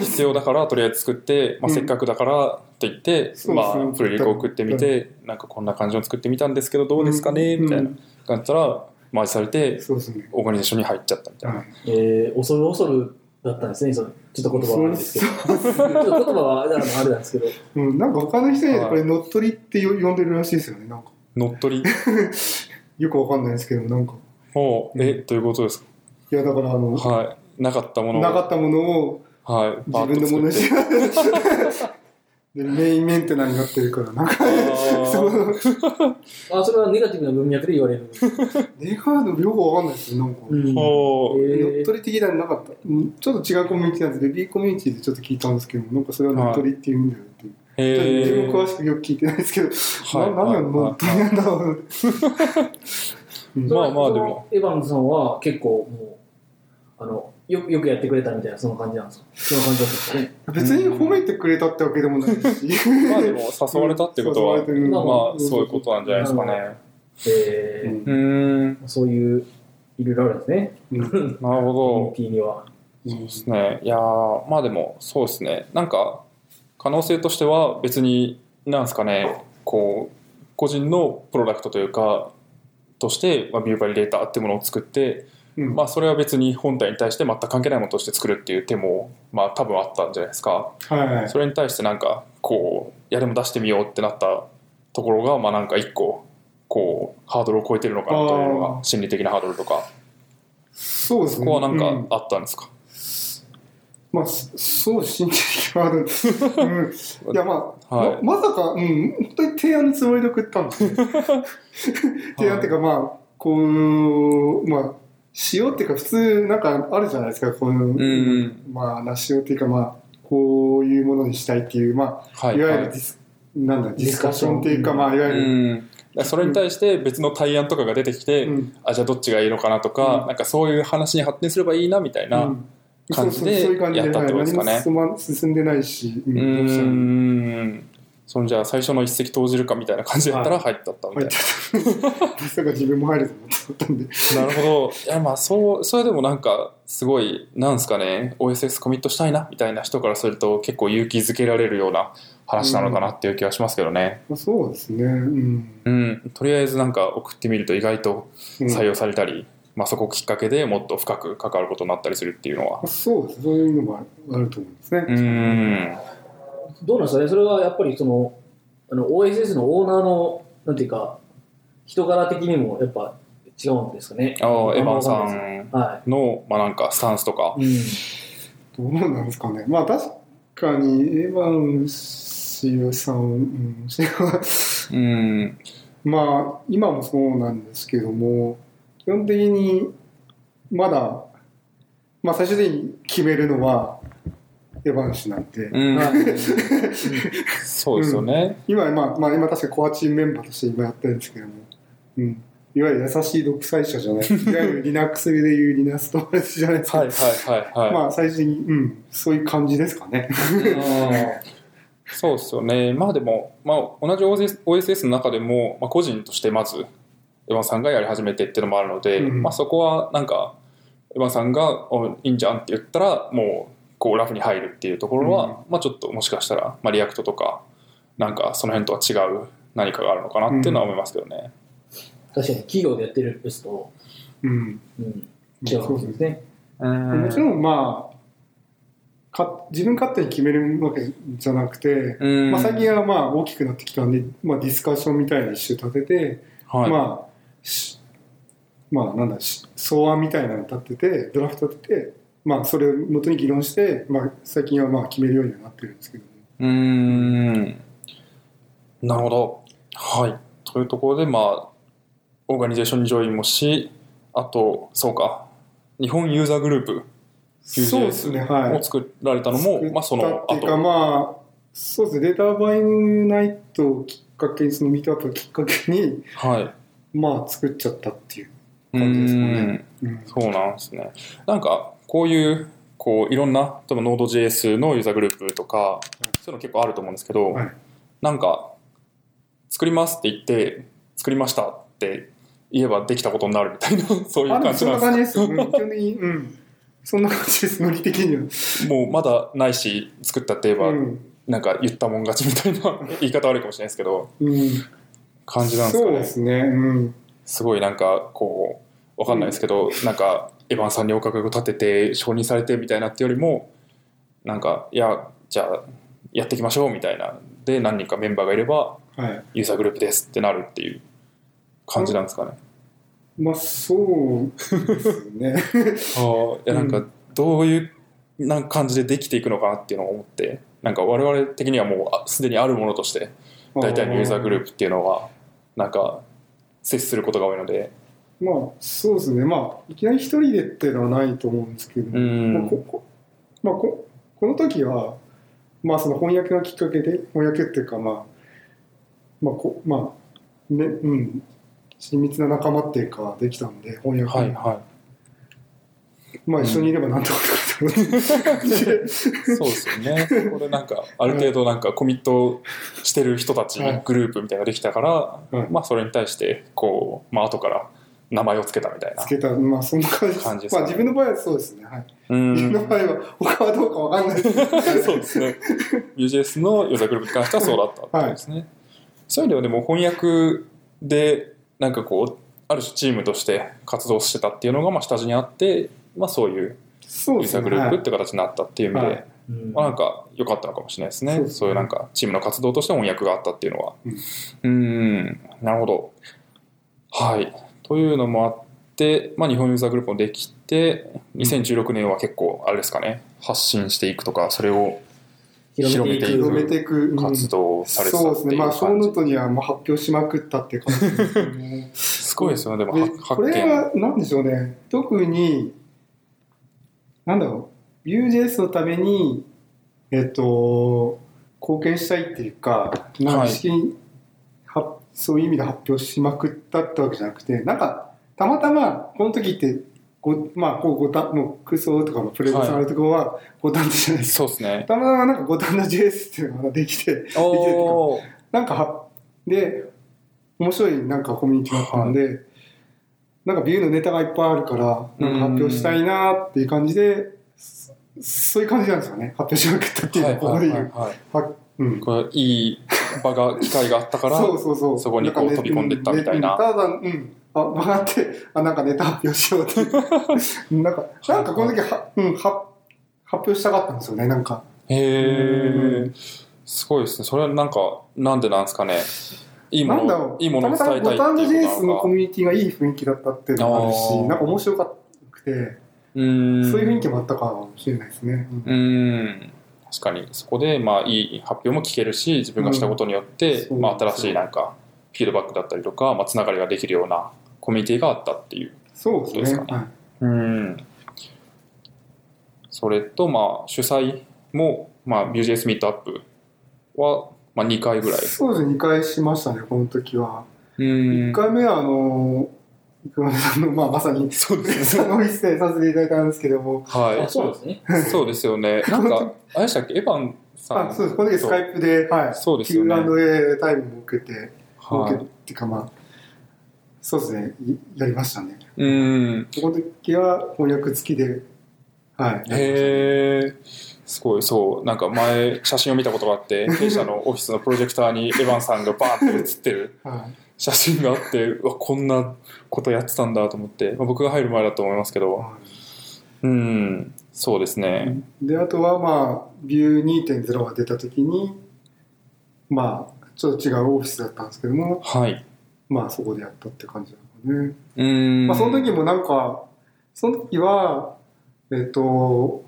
必要だからとりあえず作って、まあ、
うん
せっかくだからって言って、
そう
まあ
そう
プロリクを送ってみて、なんかこんな感じの作ってみたんですけどどうですかね、
うん
みたいな
うん
感じたらマージされて
そうですね
オーガニゼーションに入っちゃったみたいな。
えー、恐る恐るだったんですね、そのちょっと言葉はあれですけど。ちょっと言葉はあれなんですけど、
うん、なんか他の人に
はい
これ乗っ取りってよ呼んでるらしいですよねなんか
乗っ取り
よくわかんないですけどなんか
もうえどういうことです
いやだからあの、
かはいなかったものを
なかったものを
はい
自分のものに
バーッと作
し
って
でメインメンテナーになってるからなんか
あー
そう
あそれはネガティブな文脈で言われる。
ネガードよくわかんないですよなんか、
うん
ほう
乗
え
っ
ー
取り的ではなかったうんちょっと違うコミュニティなんですけど B コミュニティでちょっと聞いたんですけどなんかそれは乗っ取りっていうんだよっていう、
へ
ちょっと
ー
自分詳しくよく聞いてないですけど、
はい
な何が乗っ取りなんだろう、うん
それは
まあまあでも
そのエヴァンズさんは結構もう、あのよよくやってくれたみたいなその感じなんですかその感じだったんですかね
別に褒めてくれたってわけでもないし
まあでも誘われたってことは、
誘われてる
ま
まあそういうことなんじゃないですかね。
えー
うーん、
そういういろいろあるんですね
うん
なるほ
NP には
ど。そうですね。いやーまあでもそうですね。なんか可能性としては別になんですかね、こう個人のプロダクトというかとして、まあ、ビューバリデータってものを作って、
うん
まあそれは別に本体に対して全く関係ないものとして作るっていう手もまあ多分あったんじゃないですか。
はい
それに対してなんかこういやでも出してみようってなったところがまあなんか一個こうハードルを超えてるのかなというの
あ
が
ー
心理的なハードルとか
そうです
そ
ね
こはなん
う
かあったんですか、
まあそそう信じてはある、うん、いやまあ、
はい
ままさか、うん、本当に提案につもりで送ったん ですよ提案っていうかまあこうまあしようっていうか普通なんかあるじゃないですかこういう、
うん
まあなしようっていうかまあこういうものにしたいっていうま
は
あ
い
いわゆ
は
るディス、なんだディスカッションっていうか
うん
まあいわゆ
う
る、
んそれに対して別の対案とかが出てきて、
うん
あじゃあどっちがいいのかなとか、
うん
なんかそういう話に発展すればいいなみたいな、
う
うん感じ
そ
で
うそうそういう感じで
やったってことですかね
はい何も進ま進んでないし、うん
ー
どうしたらい い
んそんじゃあ最初の一石投じるかみたいな感じだったら入ったったみたい
入っ
な
てた。まさか自分も入ると思ってなかったんで。
なるほど。いや、まあ、そう、それでもなんか、すごい、なんですかね、OSS コミットしたいな、みたいな人からすると、結構勇気づけられるような話なのかなっていう気がしますけどね。
まあ、そうですね。うん。
うん、とりあえずなんか送ってみると意外と採用されたり、まあ、そこをきっかけでもっと深く関わることになったりするっていうのは
あ。そうです。そういうのもあると思うんですね。
うーん。
どうなんですかねそれはやっぱりそのあの OSS のオーナーのなんていうか人柄的にもやっぱ違うんですかね
ああ、エヴァンさ
あんまわかんない
ん
ですは
の、まあ、なんか、スタンスとか。
い、うん
どうなんですかね。まあ確かに、エヴァン氏さん、うん、氏は
うん。
まあ今もそうなんですけども、基本的にまだ、まあ最終的に決めるのはエヴァン氏なんで、
うん。
はい
そうですよね。
今、まあ、まあ今確かコアチームメンバーとして今やってるんですけども、うん。いわゆる優しい独裁者じ ゃない。いわゆる Linux でいうリナストレスじゃないですか。
はいはいはいはい。
まあ最終的に、うん、そういう感じですかね。
そうですよね、まあでも、まあ、同じ OSS, OSS の中でも、まあ、個人としてまず、エヴァンさんがやり始めてっていうのもあるので、
うん
まあ、そこはなんか、エヴァンさんがおいいんじゃんって言ったら、もうこうラフに入るっていうところは、
うん
まあ、ちょっともしかしたら、まあ、リアクトとか、なんかその辺とは違う何かがあるのかなっていうのは思いますけどね。
確かに企業でやってるベスと、
うん。
うん、違うかもしれないですね
うん
もちろんまあか自分勝手に決めるわけじゃなくて、
うん
まあ、最近はまあ大きくなってきたんで、まあ、ディスカッションみたいに一周立てて、
はい
まあしまあなんだし草案みたいなの立ててドラフト立てて、まあ、それを元に議論して、まあ、最近はまあ決めるようにはなってるんですけども
うーんなるほど。はい。というところで、まあ、オーガニゼーションにジョインもし、あと、そうか、日本ユーザーグループ
そうですねはい
を作られたのも、まあ、その
作ったっていうか
後。
まあそうですねデータバイングナイトをきっかけにそのミートアップをきっかけに
はい。
まあ作っちゃったっていう、
う
感じですかね
ーん
うん
そうなんですね。なんか、こういう、こう、いろんな、例えば Node.js のユーザーグループとか、そういうの結構あると思うんですけど、
はい
なんか、作りますって言って、作りましたって言えばできたことになるみたいな、 そういう
あでも
感
そ
じ
ん
な
なん感
です
じですよ、うん、基本的に、うん、そんな感じですノリ的 には、
もうまだないし、作ったって言えば、
うん
なんか言ったもん勝ちみたいな言い方悪いかもしれないですけど、
うん、
感じなんですか
そう
ね。
ですすねうん
ごいなんか、こう、わかんないですけど、なんか、エヴァンさんにおかげを立てて、承認されてみたいなってよりも、なんか、いや、じゃあ、やっていきましょうみたいな。で、何人かメンバーがいれば、
はい
ユーザーグループですってなるっていう感じなんですかね。
まあそうです ね
ああいやなん
う
かどういうなんか感じでできていくのかなっていうのを思ってなんか我々的にはもうあすでにあるものとして大体のユーザーグループっていうのはなんか接することが多いので
プまあそうですねまあいきなり一人でってのはないと思うんですけど、
うん
まあ、ここまあここの時はまあその翻訳がきっかけで翻訳っていうかまあまあこまあねうん親密な仲間っていうかできたんで翻訳
はいは
まあ一緒にいればなんとかなるかなっ ていう感じで
そうですよね。これなんか、ある程度なんかコミットしてる人たち
はい、
グループみたいなのができたから、
はい
まあそれに対して、こう、まあ後から名前をつけたみたいな
つ。けたまあそんな感じ
感じです
ま
か
あ自分の場合はそうですね、はい、
うん
自分の場合は他はどうかわかんないですけど
そうですね。UJS のユーザーグループに関してはそうだったってことですね。そういう意味ではでも翻訳で、なんかこう、ある種チームとして活動してたっていうのが、まあ下地にあって、まあそういう
そ
ユ
うで
ー
す
ザー
ね
グルー
は
プ
い
って形になったっていう意味で、
はい
うん
まあ、なんか良かったのかもしれないですね。そ
そううですね
いうなんかチームの活動として翻訳があったっていうのは。
うん
うん、なるほど。はい。というのもあって、まあ、日本ユーザーグループもできて、2016年は結構、あれですかね、発信していくとか、それを広めていく
広めていく、うん
活動されて
そ
た
う
っ
で
て
す
い
ね
う
まあ
感
小ノー
じ。
トにはもう発表しまくったっていう感じですよね
すごいですよね、でも
で
は発
これ
見。
は何でしょうね特になんだろう UJS のためにえっと貢献したいっていうかなん
は
か
い
式にはそういう意味で発表しまくったってわけじゃなくてなんかたまたまこの時ってごまあこうごたもう空想とかのプレゼンされるところは五反田じゃないです
そうですね。
か、たまたまなんか五反田 JS っていうのができて
おー
なんかはで面白いなんかコミュニティだったんで、なんかビューのネタがいっぱいあるからなんか発表したいなーっていう感じでそそういう感じなんですよね発表しまくったっていうの
はい
はここで
はい
いう、
はいはい。
はうん、
これいい場が、機会があったから、
そうそうそう
そこにこう
なんか
飛び込んでったみたいな
うんただうんあ分かってあなんかネタ発表しようって いうなんかなんかこの時は、うん、は発表したかったんですよねなんか
へ
う
え、すごいですね。それはなんか、なんでなんですかね。いいも
なんだ
の
ろ、う
いいものを伝えた
たま
い
たまボタン
って
ジ
い
ェイ
う
スのコ
のが。
ミュニティがいい雰囲気だったっていうのもある
あ
し
ー
なんか面白かくて
うーん
そういう雰囲気もあったかもしれないですね。
うーん。確かに、そこで、まあ、いい発表も聞けるし、自分がしたことによって、
うん
まあ、
そう
新しいなんか、フィードバックだったりとか、まあ、つながりができるようなコミュニティがあったっていう。
そう
そう
で
ですす
ね
か。ね
はい
うん。それと、まあ、主催も、まあ、Vue.js ミートアップは、まあ、2回ぐらい。
そうですね、2回しましたね、この時は。
うー
1
ん。
回目は、あの、くまさんの、まあ、まさに、
そうですね
その一戦させていただいたんですけども、
はい。
そうなんですね。
そうです よね。なんか、あれでしたっけ、エヴァンさん。
あそうです、この時スカイプで、はい、
そうですよね
Q&A タイムも受けて、
は
受けて
い。
っていうか、まあ、そうですね、いやりましたね。
うん。
この時は翻訳付きで、はい。
へえ。すごい、そう。なんか前、写真を見たことがあって、 弊社のオフィスのプロジェクターにエヴァンさんがバーンって写ってる
はい
写真があ って、うわ、こんなことやってたんだと思って、まあ、僕が入る前だと思いますけど、うん。そうですね。
であとはまあビュー2.0が出た時にまあちょっと違うオフィスだったんですけども
はい。
まあそこでやったって感じなのね、
うん。
まあ、その時もなんかその時はえっ、と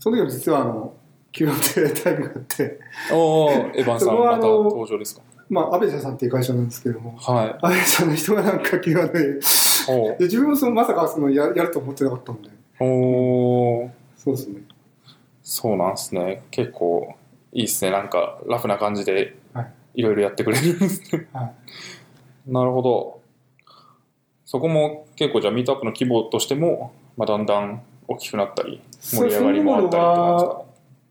その時も実はあの Q&A タイムがあって
おーエヴァンさ
そ
ん
こは
ま
あ
た
の
登場ですか
まあアベジャさんっていう会社なんですけども
はい。
アベジャの人がなんか Q&A で
おー
自分もそのまさかそのややると思ってなかったんで
おー
そうですね
そうなんですね。結構いいですね。なんかラフな感じで
はい
いろいろやってくれるんですね。
はい
なるほど。そこも結構じゃあミートアップの規模としても、まあ、だんだん大きくなったり盛り上がりもあったりって感じですか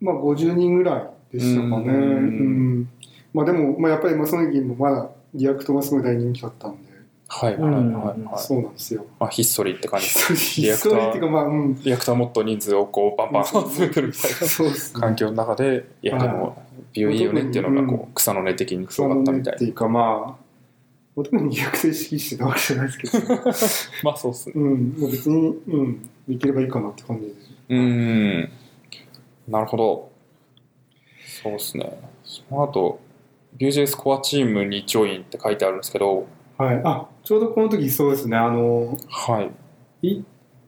まあ、50人ぐらいでしたかね。
うん
うんまあ、でも、まあ、やっぱり、まあ、その時もまだリアクトがすごい大人気だったんで、
はいはいはいはい、
うん
そうなんですよ。
まあ、ひっそりって感じです
一人
リア
一
クター
人っていうか、まあ、うん。
リアクターもっと人数をこうバンバン集めてるみたいな
そうですね。
環境の中でいやでもビューいいよねっていうのがこう草の根的に
そ
広が
う
っ
だ
た
ね
みた
っ
い
て
な
いうか、まあ、特にリアクト意識してたわけじゃないですけど、
まあそうっすね
うん、もう別に、うん、できればいいかなって感じです。
うーん、なるほど。そうですね。その後、Vue.js コアチームにジョインって書いてあるんですけど、
はい。あ、ちょうどこの時、そうですね、あの、
はい。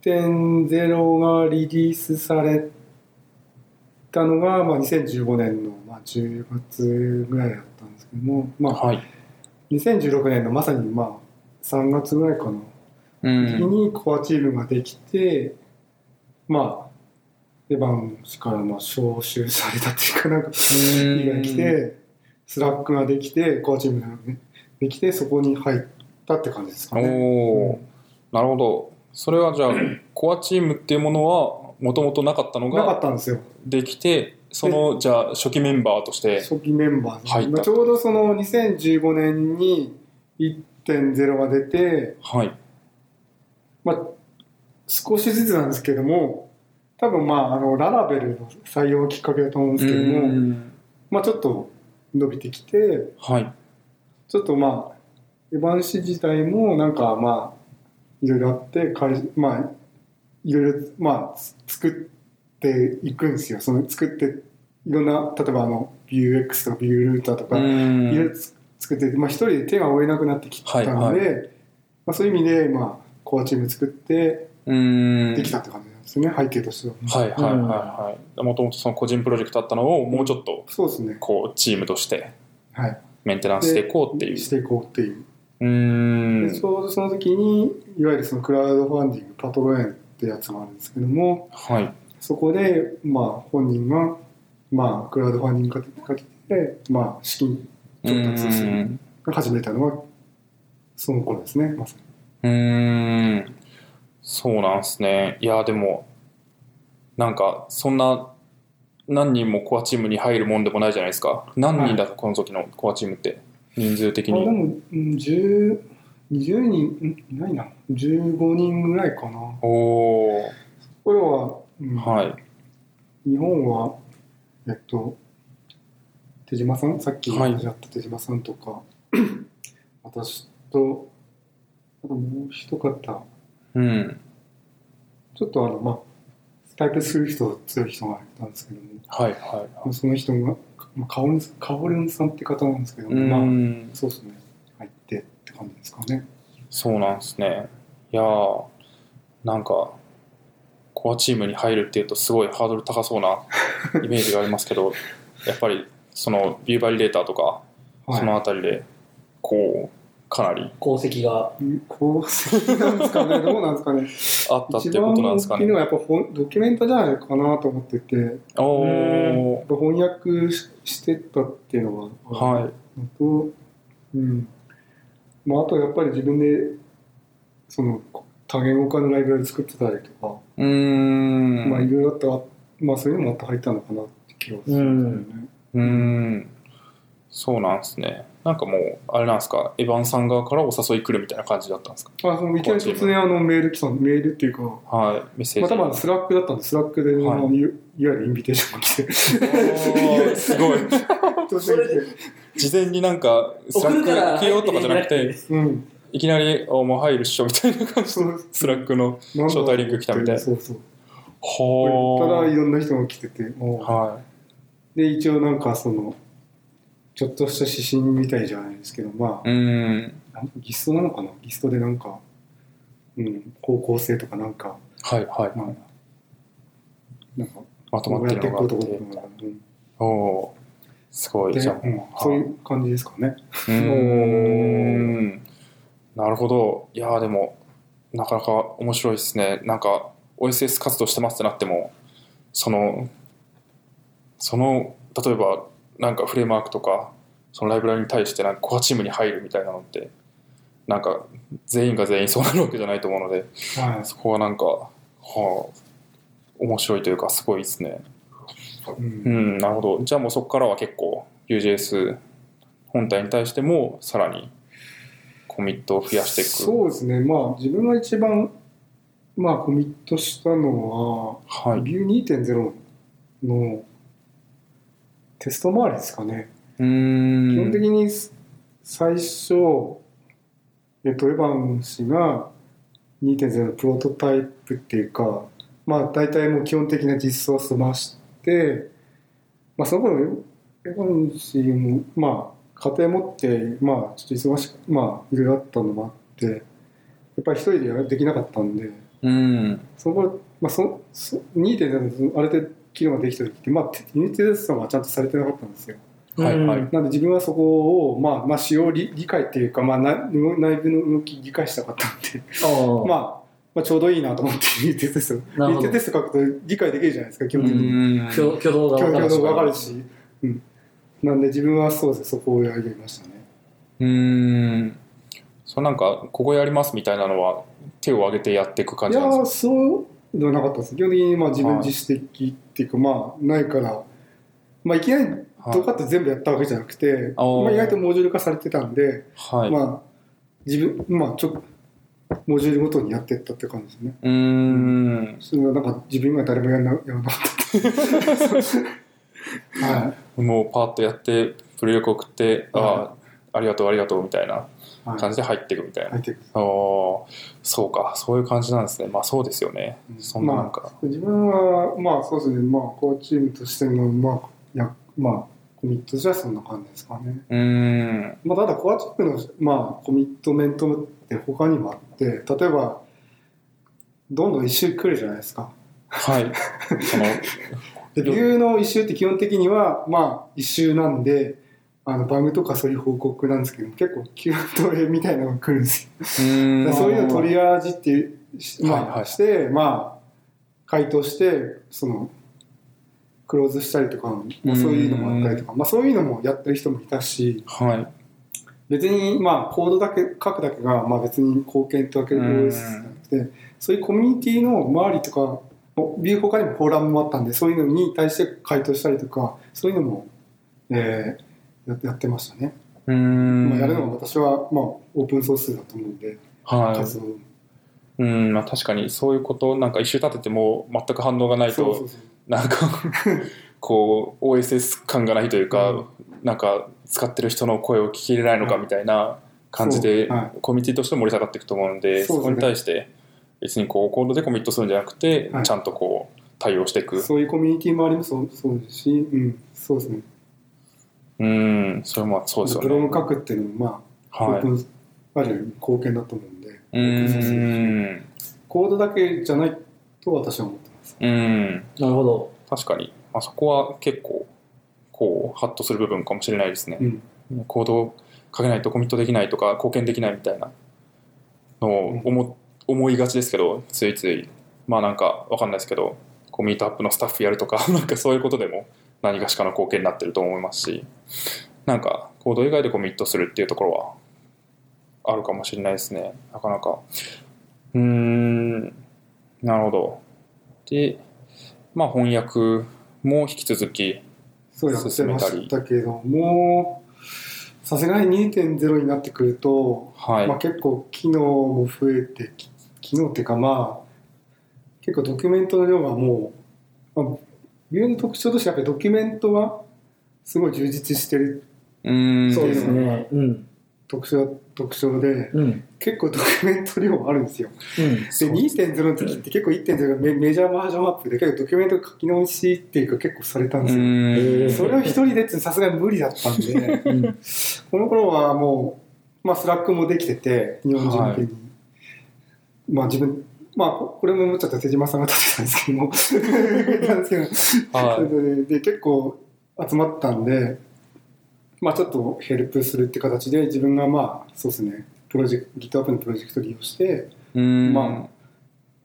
1.0がリリースされたのが、まあ、2015年の、まあ、10月ぐらいだったんですけども、まあ、
はい。
2016年のまさに、まあ、3月ぐらいかな、
う
時
ん。
にコアチームができてまあエヴァン氏からまあ招集されたっていうかなんか
ん
依頼来てスラックができてコアチームがねできてそこに入ったって感じですかね。
おお、なるほど。それはじゃあコアチームっていうものはもともとなかったの
なか
が
ったんですよ
できてそのじゃあ初期メンバーとして
初期メンバーで、
入った
まあちょうどその2015年に1.0が出て、
はい
まあ、少しずつなんですけども多分まああのララベルの採用がきっかけだと思うんですけども、
うん
まあ、ちょっと伸びてきて
はい
ちょっとまあエヴァン氏自体もなんかまあいろいろあって会まあいろいろまあつ作っていくんですよその作っていろんな例えばあの Vuex とか Vuerouter とか、
うん
いろいろつ作ってて、まあ、一人で手が負えなくなってきたので、まあ、そういう意味で、まあ、コアチーム作って
うん
できたって感じなんですよね、背景としては。
はいはいはいはいもともとその個人プロジェクトだったのをもうちょっと
そうですね、
こうチームとして
はい、
メンテナンスしていこうっていう
していこうっていう、
うー
で
ん
ちょうどその時にいわゆるそのクラウドファンディングパトロエンってやつがあるんですけども
はい
そこで、まあ、本人が、まあ、クラウドファンディングかけて、まあ、資金調達をす
う
る
ん
始めたのはその頃ですねまさに
うーんそうなんですねいやでもなんかそんな何人もコアチームに入るもんでもないじゃないですか何人だかこの時のコアチームって人数的
あで
に
もうん10 20人うんいないな15人ぐらいかな
おお
これは、うん
ーはい
日本はえっと手島さんさっきお話しあった手島さんとか、 私とあともう一方ち
うん
ょっとあのまあタイプする人強い人がいたんですけども
はいは
その人が、まあ、カオルンカオルンさんって方なんですけど
いう
も、まあ
ーん
そうですね入ってって感じですかね
そうなんですねいやーなんかコアチームに入るっていうとすごいハードル高そ うなイメージがありますけどやっぱりそのビューバリデータとか
はい
そのあたりで、こう、かなり
功績が。
功績なんですかねどうなんですか ね
あったってい
一
うこ
番
となん
大
ですか
きいの
ね。
はやっぱ本ドキュメントじゃないかなと思っててやっ
おお
ぱ翻訳ししてったっていうの
ー、
は
はい。
のと、うんまあ、あとやっぱり自分でその多言語化のライブラリ作ってたりとか、
うーん。
まあ
う
いろいろあった、まあ、そういうのもあって入ったのかなって気がするんですよね。
ーん。そうなんですね。なんかもう、あれなんですか、エヴァンさん側からお誘い来るみたいな感じだったんですか。
あそのいきなり突然あのメール来たのメールっていうか、ま
はい。メッセー
あ、
ジ。
多分スラックだったんでスラックで、
はい
あのい、いわゆるインビテーションが来て
おー すごい。
突然来て、
事前になんか、スラ
送
ッ
る
ク
から
受けようとかじゃなく
入って
て、
うん、
いきなり、あもう入るっしょみたい な感じ
そ
で、
う
スラックの。
なんだ
招待リンク来たみたい
そうそう
は
ただい
ー
ろんな人が来ててもう
は
で一応なんかそのちょっとした指針みたいじゃないですけどま
い。うーん。
あなんかギストなのかなギストでなんか、うん、方向性とかなんか、
はいはい。
まあ、なんか
まとま
こ
っ
う
て
やって
る
い
の
こ
があ
う
っ
とか、う
て。
ん
おおーすごい。
で
じゃあもう
うんそういう感じですかね
うーんなるほど。いやーでも、なかなか面白いですね。なんか、OSS 活動してますってなっても、その、その、例えば、なんかフレームワークとか、そのライブラリに対して、なんかコアチームに入るみたいなのって、なんか、全員が全員そうなるわけじゃないと思うので、
はい、
そこはなんか、はあ、面白いというか、すごいですね。
う
うんん、なるほど。じゃあもうそこからは結構 UJS 本体に対してもさらにコミットを増やしていく。
そうですねまあ自分が一番まあコミットしたのは、
はい。
ビュー2.0のテスト周りですかね、
うーん。
基本的にす最初、えっと、エヴァン氏が2.0のプロトタイプっていうか、まあ、大体もう基本的な実装を済まして、まあ、その頃エヴァン氏も、まあ、家庭持って、まあ、ちょっと忙しく、まあ、いろいろあったのもあってやっぱり一人でやるできなかったんで
うん。
その頃、まあ、そそ2.0のある程度機能ができた時って、まあ、2.0さんはちゃんとされてなかったんですよ。
はいはい
うん
なんで自分はそこを、まあ、まあ、使用理理解っていうか、まあ、な内部の動き理解したかったん で、
ああ。
まあ、まあ、ちょうどいいなと思って、リテテスト。
なる
リ
ほ
テ
ど
テ。スト書くと理解できるじゃないですか、基
う
本的に。
ん。
挙挙動が
教
分か
教
るし
の分かるし。うん。なんで自分はそうです、そこをやりましたね。
うーん。そうなんか、ここやりますみたいなのは手を挙げてやっていく感
い
じ
や
なんです
ー
か
そうではなかったです基本的にまあ自分
はい
自主的っていうかまあないから、まあ、いきなりドカッと全部やったわけじゃなくて、
あー
まあ、意外とモジュール化されてたんで、
はい、
まあ自分まあちょモジュールごとにやってったって感じですね
うーん
それはなんか自分が誰もやらなやらなかったは
もうパーッとやってプレイ力送って、あ
は、
あありがとうありがとうみたいない
はい、
感じで入っていくみたいな、
入ってく
あーそうかそういう感じなんですねまあそうですよね、
うん
そんななんか、
自分はまあそうですねまあこうチームとしてのまあやまあコミットとしてはそんな感じですかね
うーん
まあ、ただコアチップの、まあ、コミットメントって他にもあって例えばどんどん一周来るじゃないですか
はいその
でビューの一周って基本的にはまあ一周なんであのバグとかそういう報告なんですけど結構 Q&A みたいなのが来るんですよ
うー
で
ん
そういうのトリアージっていうしまあ
はいはい
してまあ回答してそのクローズしたりとか、まあ、そういうのもあったりとか、まあ、そういうのもやってる人もいたし、
はい
別にまあコードだけ書くだけがまあ別に貢献ってわけで
うん
OS じゃなくてそういうコミュニティの周りとかビュー他にもフォーラムもあったんでそういうのに対して回答したりとかそういうのも、えーややってましたね、
うーん
まあ、やるのは私はまあオープンソースだと思うんで
はい
活動も
うんまあ、確かにそういうことなんか一周立てても全く反応がない
そうそ
と
うそう
な んかこう OSS 感がないというか、
うん
なんか使ってる人の声を聞き入れないのか
はい
みたいな感じで、
そうは
コミュニティとして盛り下がっていくと思うので
そ
そ
うですね
こに対して別にこうコードでコミットするんじゃなくて、
はい
ちゃんとこう対応していく
そういうコミュニティ周りもそうそうですし、うん、そうですね
うんそれもそうですよ
ブロ
ね
グ書くっていうのもまあ、
は
オープンある意味貢献だと思うんで
いうん
コードだけじゃないと私は思ってます
うん
なるほど。
確かに、まあ、そこは結構こうハッとする部分かもしれないですね
う、ん
行動をかけないとコミットできないとか貢献できないみたいなのを思,、思いがちですけどついついまあなんかわかんないですけどこうミートアップのスタッフやるとか なんかそういうことでも何がしかの貢献になってると思いますしなんか行動以外でコミットするっていうところはあるかもしれないですねなかなかうーんなるほどでまあ翻訳も引き続き
そうやってましたけどもさすがに2.0になってくると、
はい、
まあ、結構機能も増えてき機能っていうかまあ結構ドキュメントの量がもう、まあ、ビューの特徴としてやっぱりドキュメントはすごい充実してる
うーん
そうですね。うん。
特徴特徴で
うん。
結構ドキュメント量あるんですよ
うん。
で2.0の時って結構1.0がメメジャーバージョンアップで結構ドキュメントが書き直しっていうか結構されたんです
う
よ、
ん
それを一人でってさすがに無理だったんで
うん。
この頃はもう、まあ、スラックもできてて、日本人向けに。まあ自分、まあこれもちょっと手島さんが立てたんですけども、 なんですけど
はい
それでで結構集まったんで、まあちょっとヘルプするって形で自分がまあそうですね、プロジェクト、GitHub のプロジェクト利用して、
うん
ま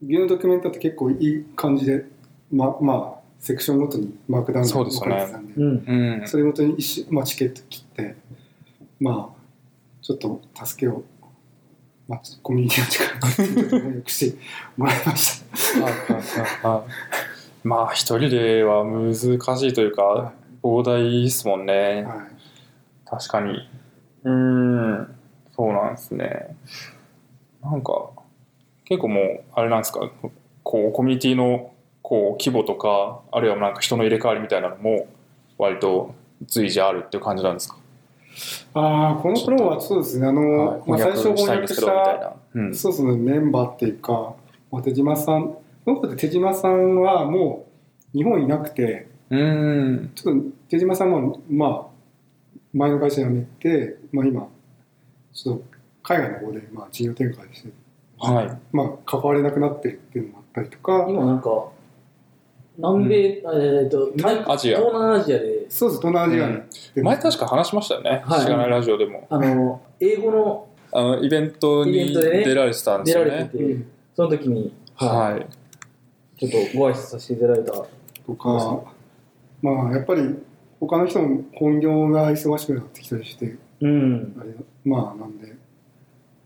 ビューのドキュメントって結構いい感じで、まあまあセクションごとにマークダウン
そうですよね
分かれてたんで、
うん。
うん、
それごとに一種、まあ、チケット切って、まあ、ちょっと助けを、まあ、コミュニティの力をちょっと努力してもらいました。
はいはいはいはい まあ一人では難しいというか
は
膨大ですもん ね、
は
確かにうーんそうなんですねなんか結構もうあれなんですかこうコミュニティのこう規模とかあるいはなんか人の入れ替わりみたいなのも割と随時あるっていう感じなんですか、
い、ああ、この頃はそうですね、あの、
はい
まあ、最初
翻訳した
翻
いんで
訳
す
し
け
た
どみたいな、うん、
そうですね、メンバーっていうか、まあ、手島さん、僕って手島さんはもう日本いなくて、
うーん
ちょっと手島さんも、まあ、前の会社辞めて、まあ今、ちょっと海外の方で、まあ、事業展開して、
はい
まあ、関われなくなってるっていうのもあったりとか、
今なんか、南米、あえっと、南
アジア
東南アジアで、
そうです、東南アジアに、
うん前確か話しましたよね、
はい
知らないラジオでも
あの、英語の
あのイベント
イベ
に
ントでね
出られてたんで
出
す
ら
よ
れ
ね
て
う
て
ん、
その時に、
はい
ちょっとご挨拶させていただいた。
とか、まあやっぱり他の人も本業が忙しくなってきたりして、
うん。
あれまあなんで、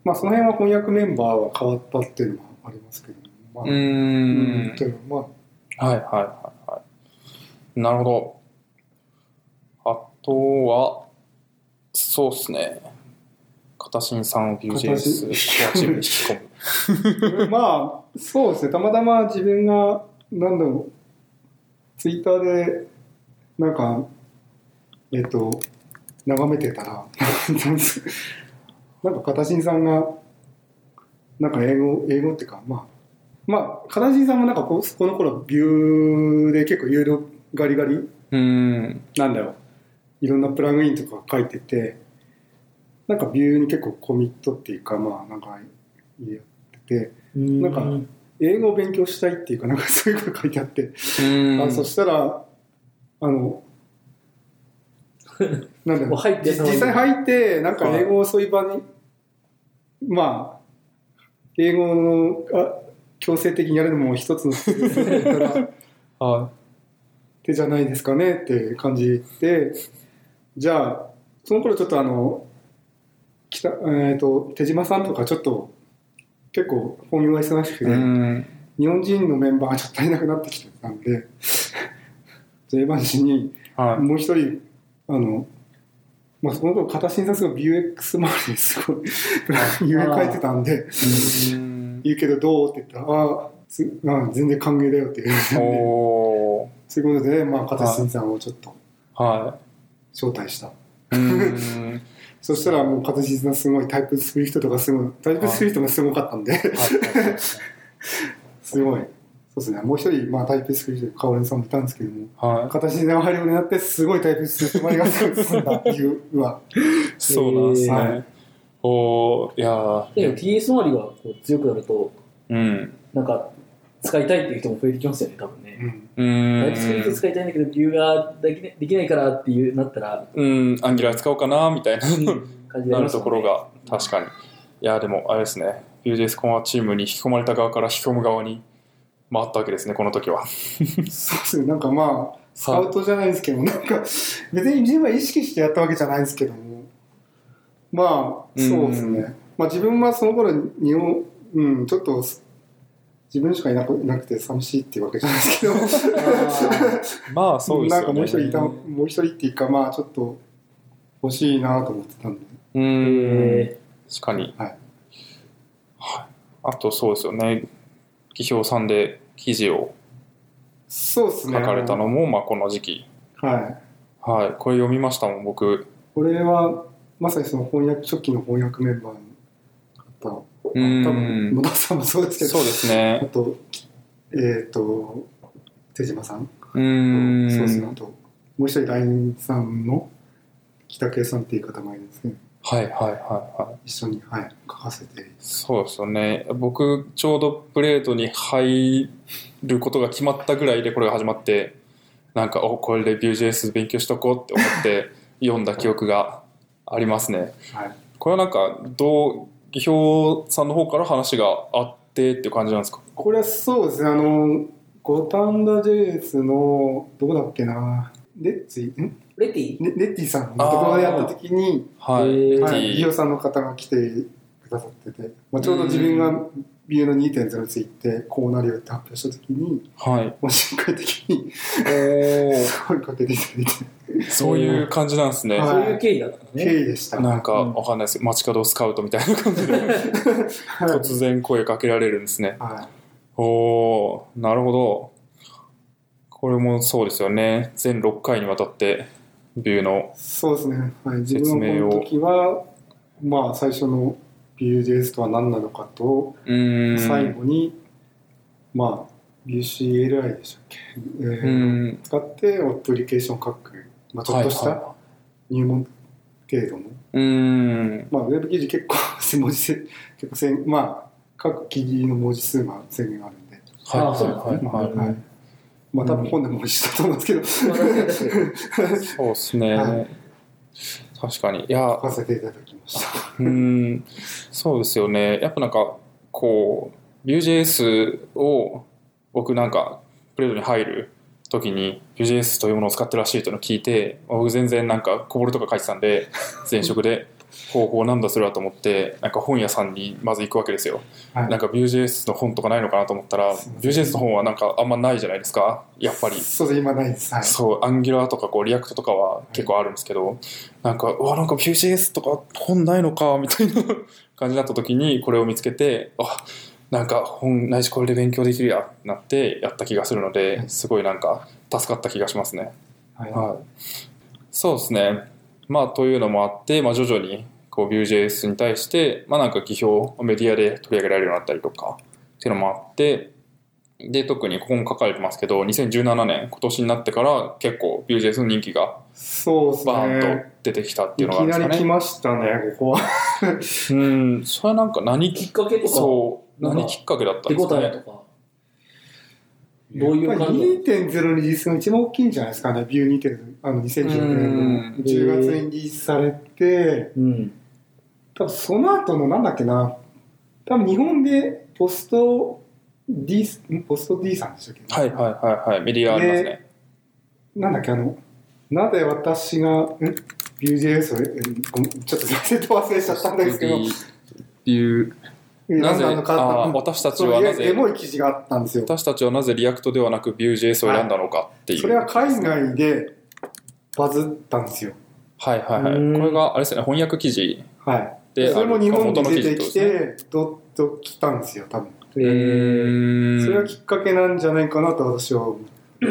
まあ、その辺は翻訳メンバーは変わったっていうのはありますけど、まあ、
うーん
うんというのはま
はいはいはいはい。なるほど。あとは、そうですね。片新さんを Vue.js
形
コアチームに引き込む。
あ、 まあ、そうですね、たまたま自分が、なんだろう、ツイッターで、なんか、えっと、眺めてたら、 なんか、片新さんが、なんか英語、英語っていうか、まあ、まあ、片新さんもなんかこ、この頃、ビューで結構いろいろガリガリ
うーん。
なんだろういろんなプラグインとか書いててなんかビューに結構コミットっていうかまあなんかやってて
な
なんか英語を勉強したいっていうかなんかそういうこと書いてあって、
うーん
あそしたらあのなんだろ
もう
う
入って
実際入ってなんか
はい
英語をそういう場にまあ英語のあ強制的にやるのも一つのスキルだから
は
手じゃないですかねって感じでじゃあその頃ちょっとあの北、えー、と手島さんとかちょっと結構本業が忙しくて、
い。うーん。
日本人のメンバーがちょっと足りなくなってきてたんでジェイバン氏に
はい。
もう一人あの、まあ、その頃片新さんすごい UX 周りですごい 夢書いてたんで
うー
「
ん
言うけどどう?」って言ったら「あーすあー全然歓迎だよ」って言われたんで
お
そういうことで、まあ、片新さんをちょっと
ー。は
招待した。
い。うーん。
そしたらもう形質なすごいタイプスクリプトとかすごいタイプスクリプトもすごかったんですごいそうですねもう一人、まあ、タイプスクリプトカオレンさんもいたんですけども
はい。 はい。
形質が入るようになってすごいタイプスクリプト周りがすごい進んだ理由は
そうなんです
は
ね。おー、いや
でも
ー。
TS 周りがこう強くなると、
うん。
なんか使いたいっていう人も増えてきますよね、多分ね。
うん
うー
タイ
ん。
プスクリプト使いたいんだけど、理由ができ,、できないからっていうなった ら、
うん、アンギュラー使おうかなみたいな、
感じに
な
なりま
る
す
と
もんね
ころが、確かに。いや、でも、あれですね、Vue.js コアチームに引き込まれた側から引き込む側に回ったわけですね、この時は。
そうですねなんかまあスカウトじゃないんですけどなんか別に自分は意識してやったわけじゃないんですけどもまあそうですね、
う
まあ自分はその頃日本うんちょっと自分しかいなくいなくて寂しいっていうわけじゃないですけど
まあ、そうですよ
なんか
ね。
もう一人いた、もう一人っていうか、まあちょっと欲しいなと思ってたんで。
あ
うん、
ー
確かに。
はい
はいあと、そうですよね、企業さんで記事を
そうです
書
ね。
かれたのも、まあ、この時期。
はい。
はい、これ読みましたもん、僕。
これは、まさにその翻訳、初期の翻訳メンバーの方、
う
多分
ん
野、田さんもそうですけ
そ
ど、
うです
あ
ね。
と、えっ、と、手島さん、
う
そうですね。
ん
あ、と、もう一人 LINE さんの北圭さんっていう方もいるんですけど、
はいはいはいはい。
一緒に、はい、書かせて。
そうですよね僕ちょうどプレートに入ることが決まったぐらいでこれが始まってなんかおこれで Vue.js 勉強しとこうって思って 読んだ記憶がありますね
はい。
これはなんかどう技評さんの方から話があってっていう感じなんですか
これはそうですねあの五反田 JS のどこだっけなレッツィん
レティ
レレッティさんのところでやった時に
はい、
えー
レ
は
テ
い
ィ
伊代さんの方が来てくださってて、まあ、ちょうど自分
う
がビューの2.0についてこうなるよって発表した時に
はい
もう瞬間的に
おー
すごいかけていただいて
そういう感じなんですね、
はい
そういう経緯だったの
経
ね。
緯でした、
なんかわかんないです街角スカウトみたいな感じで
はい
突然声かけられるんですね
は
おー、なるほど。これもそうですよね。全6回にわたって、ビューの
い、。そうですね、はい、自
説
分
明を
はこの時はまあ最初の Vue.js とは何なのかと
うーん。
最後に、まあ UCLI でしたっけ、えー
うーん。
使ってアプリケーションを書く、まあ、ちょっとし
はい
た入門程度の、
うーん。
まあ、ウェブ記事結構文字数結構せんまあ各記事の文字数が制限があるんで、
はい
あそうなんですね
はいはい
うん
はいまあ多分本でも文字数だと思うんですけ
まあ
ど、
確かに確かに
そうですね。
は
確かに。いや
書、かせていただきました。
うーん。そうですよね。やっぱなんか、こう、Vue.js を、僕なんか、プレートに入る時に Vue.js というものを使ってるらしいというのを聞いて、僕全然なんか、こぼれとか書いてたんで、前職で。方法なんだそれはと思ってなんか本屋さんにまず行くわけですよ、
はい
なんか Vue.js の本とかないのかなと思ったら
すいません
Vue.js の本はなんかあんまないじゃないですかやっぱり
そうです今ないですはい
そう、アンギュラーとかこうリアクトとかは結構あるんですけど、なんか、うわ、なんか Vue.js とか本ないのか、みたいな 感じになった時にこれを見つけて、あなんか本ないしこれで勉強できるやってなってやった気がするの
は
で、
い
すごいなんか助かった気がしますね。
はい
はい。そうですね。まあ、というのもあって、まあ、徐々にこう Vue.js に対して、まあ、なんか技表、メディアで取り上げられるようになったりとか、っていうのもあって、で、特にここも書かれてますけど、2017年、今年になってから結構 Vue.js の人気が
そうです
バーンと
ね
出てきたってい
いう
のがあ
き
るん
なり
で
来
すかね。
ましたねここは
うん、それはなんか何
き
き
っかけとか、
そう、
なんか
何きっかけだったん
手
です
応
か
え
ね。
とか、どういう感じ
やっぱり2.0のリリースが一番大きいんじゃないですかねビュー2.0あの2016年
う
の
ん
10月にリリースされて
うん。
多分その後のなんだっけな多分日本でポスト D んポスト D さんでしたっけ、
はいはいはいはい、メディアありますね。
なんだっけあのなぜ私がん Vue.js をえごめんちょっと全然忘れちゃったんですけど
っていう、なぜ、
ん
あ
かあ
ー
った
私たち
そう
はいな
やエ
ぜ
モい記事があったんですよ
私たちはなぜリアクトではなく Vue.js を選んだのかっていう。
それは海外でバズったんですよ
はいはいは
うん
い。これが、あれですよね、翻訳記事
はい
で、
それも日本
元の
に
記事
出
ってこ
き
とですね。
てどっと来たんですよ多分
え
う
ー、
ーん
それがきっかけなんじゃないかなと私は思う、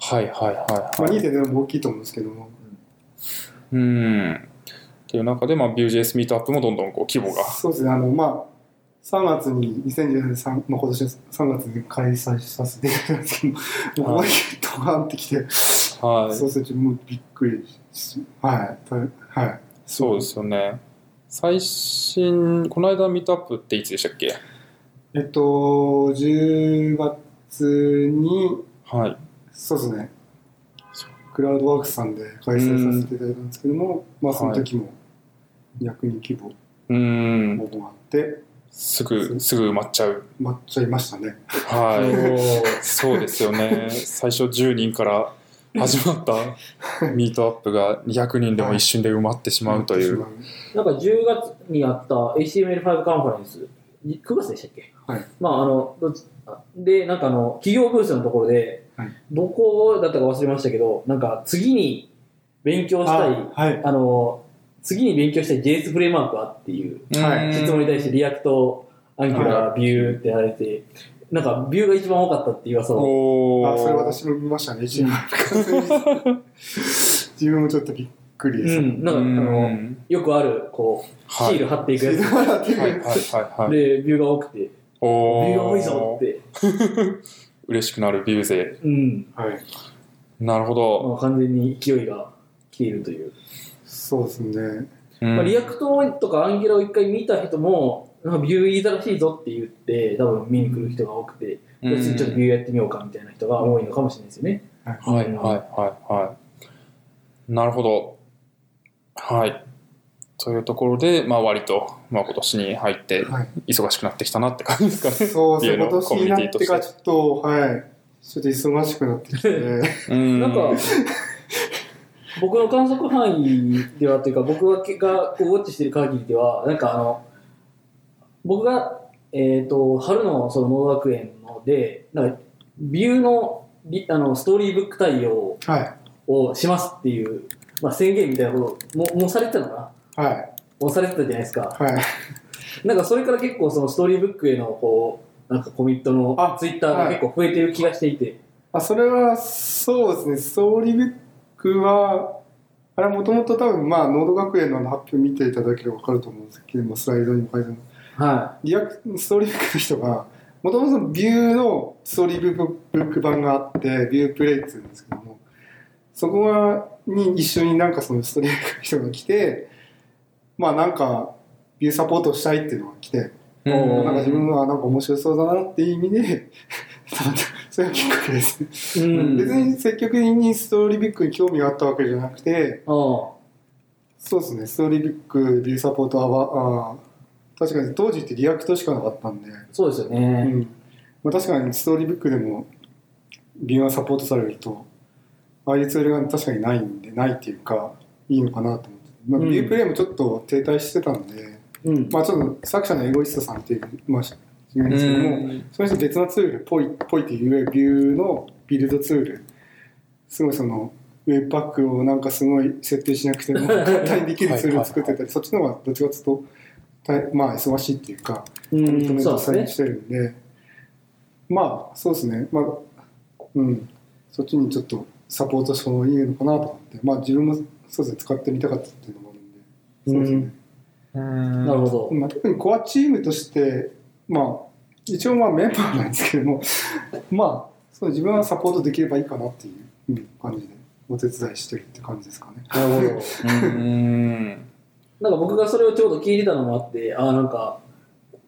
はいはいはい
まあ、
はい。
2.0も大きいと思うんですけども
うん。っていう中で、まあ、Vue.js ミートアップもどんどんこう規模が。
そうですねあのまあ3月に2010年3、まあ、今年の3月に開催させていただいたんですけどもうここ
は
にドカンってきて
はい。
そうするともうびっくりしはいたはい
そうですよね。最新、この間ミートアップっていつでしたっけ
えっと10月に
はい。
そうですね
そう
クラウドワークスさんで開催させていただいたんですけども、まあその時も役に規模
うーん。
応募があって
すぐ、すぐ埋まっちゃう。
待っちゃいましたね
はい。そうですよね。最初10人から始まった ミートアップが200人でも一瞬で埋まってしまうという。
なんか10月にあった HTML5 カンファレンス、い9月でしたっけ
はい
まあ、あの、どっちあで、なんかあの、企業ブースのところで、
はい
どこだったか忘れましたけど、なんか次に勉強したい、
あはい
あの、次に勉強したい JS フレームワークはっていう
はい
うん
質問に対してリアクト、アンギュラー、ビューってやられて、なんかビューが一番多かったっていう噂を。
おー
あそれ私も見ましたね一応自分もちょっとびっくり
う
です、
ん、なんかあ
う
の、
ん
よくある、こう、シ
はい
ール貼っていくやつ。
はい
はいはいはいはい。
で、ビューが多くて、ビ
おー
ューが多いぞって、
嬉しくなるビュー勢。
うん、
はい、
なるほど。
まあ、完全に勢いが来ているという。
そうですね
うん
まあ、リアクトとかアンギュラを一回見た人も、なんかビューいいらしいぞって言って、多分見に来る人が多くて、
うん
じゃあちょっとビューやってみようかみたいな人が多いのかもしれないですよね。
はいはいはいはい。なるほど。はい。というところで、まあ割と、まあ今年に入って
はい
忙しくなってきたなって感じですかね。
そうです
家
ね
の
今年になっ
コミュニティと
て
し
から
て
ちょっとはいちょっと忙しくなってきて
うん
なんか、僕の観測範囲ではというか、僕がこうウォッチしてる限りでは、なんかあの、僕が、えっ、と、春のその農学園ので、なんか、ビューのリあのストーリーブック対応
は
をしますっていう、まあ、宣言みたいなことをももうされてたのかない
はい
もうされてたじゃないですか。
はい
なんかそれから結構そのストーリーブックへのこう、なんかコミットの
あ
ツイッターが
はい
結構増えてる気がしていて。
あそれはそうですねストーリーブックはあれはもともと多分まあノード学園の発表見ていただければ分かると思うんですけどもスライドにも書いてある
は
リアクストーリーブックの人がもともとビューのストーリーブック版があってビュープレイっていうんですけどもそこはに一緒になんかそのストーリーブックの人が来てまあなんかビューサポートしたいっていうのが来て
うん
なんか自分はなんか面白そうだなっていう意味で それがきっかけです
い。うん。
別に積極的にストーリービックに興味があったわけじゃなくて
ああ。
そうですねストーリービックビューサポートはあー確かに当時ってリアクトしかなかったんで、
そうですよ
う
ね。
んまあ、確かにストーリービックでもビューがサポートされるとああいうツールが確かにないんでないっていうかいいのかなと思ってまあ、
うん
ビュープレイもちょっと停滞してたんで、
うん。
まあ、ちょっと作者のエゴイストさんっていう、まあ、いうんですけども、
うん
その人別のツールポイポイっていうビューのビルドツールすごいそのウェブパックをなんかすごい設定しな くても簡単にできるツールを作ってたりそっちの方がどっちかというと大まあ忙しいっていうか
う
コミットメ
ん、
ン
そう
ト
です
され
ね
に。してるんで、まあそうですねまあうんそっちにちょっとサポートした方がいいのかなと思ってまあ自分もそうですね使ってみたかったっていうのもあるんでそうですね、
うん
うん
なるほど。
まあ、特にコアチームとして、まあ、一応まあメンバーなんですけども、 まあ、そう自分はサポートできればいいかなっていううん感じで、お手伝いしてるって感じですかね。
なるほど。
うん
なんか僕がそれをちょうど聞いてたのもあって、ああ、なんか、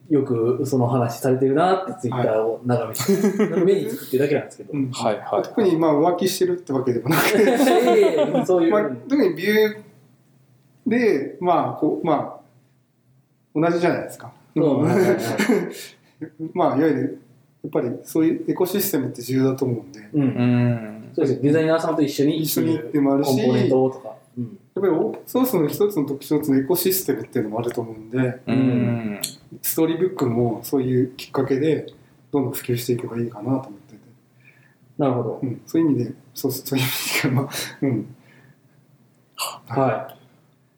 よくその話されてるなってツイッターを眺めて、目につくっていうだけなんです けど。
うん
はいはい
特にまあ浮気してるってわけでもなく、
いやいやいやそういう。
まあ、特にビューで、まあ、こう、まあ、同じじゃないですか。
そうはいはいはい
まあ、いわゆる、やっぱりそういうエコシステムって重要だと思うんで、
う。
うんん
そうですよデザイナーさんと一緒に
一緒に行ってもあるし
コンポーネントをとか。うん。
やっぱりオープンソースの一つの特徴っていうのはエコシステムっていうのもあると思うんで、
うん
ストーリーブックもそういうきっかけでどんどん普及していけばいいかなと思ってて、
なるほど
う。ん、そういう意味でそうそういう意味で、まあうん、
は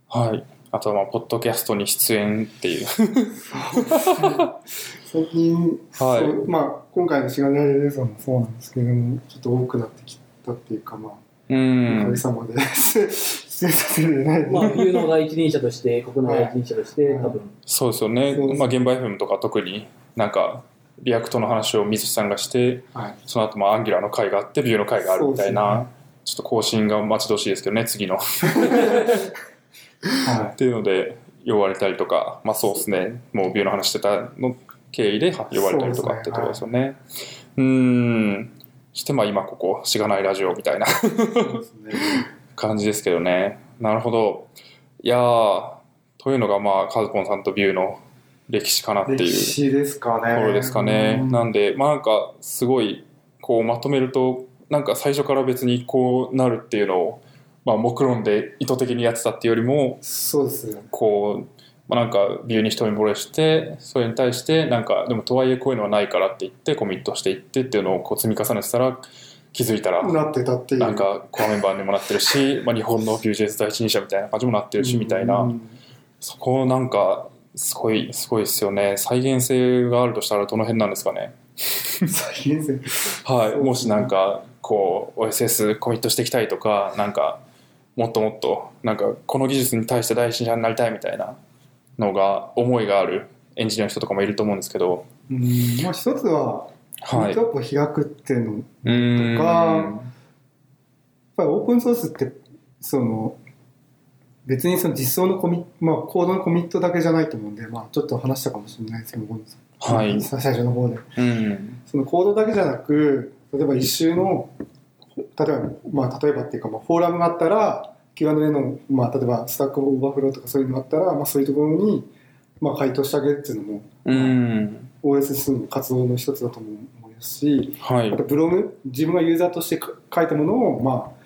はいあとはまあポッドキャストに出演っていう
最近、
はい
そうまあ、今回の「しがないレーザー」もそうなんですけどもちょっと多くなってきたっていうかまあ
う
おか
ん
げさまで出演させていただい
い。
て、
まあ、冬の第一人者として、国の第一人者として、
はい
多分。
そうですよね
そうそう
まあ現場 FM とか特になんかリアクトの話を水木さんがして
はい、
その後まあアンギュラーの会があってビューの会があるみたい
そう
な、
です
ちょっと更新が待ち遠しいですけどね次のっていうので呼ばれたりとかまあそうですねもうビューの話してたの経緯では呼ばれたりとかってところですよねうーんそしてまあ今ここしがないラジオみたいな
そうですね
感じですけどねなるほどいやーというのがまあカズポンさんとビューの歴史かなっていう
歴史ですかね
ところですかね。
うん
なんで、まあなんかすごいこうまとめると、なんか最初から別にこうなるっていうのを、まあ目論んで意図的にやってたっていうよりも、
そうですね
こう、まあなんかビューに一目惚れして、それに対してなんか、でもとはいえこういうのはないからって言ってコミットしていってっていうのをこう積み重ねてたら、気づいたら、
なってたっていう
なんかコアメンバーにもなって るし、まあ日本の Vue.js 第一人者みたいな感じもなってるしみたいな。
うん
そこなんかすごいすごいですよね再現性があるとしたらどの辺なんですかね
再現性
はい、
そう
もしなんかこう OSS コミットしていきたいとかなんかもっともっとなんかこの技術に対して第一人者になりたいみたいなのが思いがあるエンジニアの人とかもいると思うんですけど
うんまあ一つはミ
は
ー
い
トアップを開くっていうのも
うーん
とかやっぱりオープンソースってその別にその実装のコミ、まあ、コードのコミットだけじゃないと思うんで、まあ、ちょっと話したかもしれないですけど、ゴンさん
はい
最初の方で
うん
そのコードだけじゃなく例えば一周の例えば、まあ、例えばっていうか、まあ、フォーラムがあったら Q&A の、まあ、例えばスタックオーバーフローとかそういうのがあったら、まあ、そういうところに、まあ、回答してあげるっていうのも
うん
OSS の活動の一つだと思いますし
はい
あとブログ自分がユーザーとしてか書いたものを、まあ、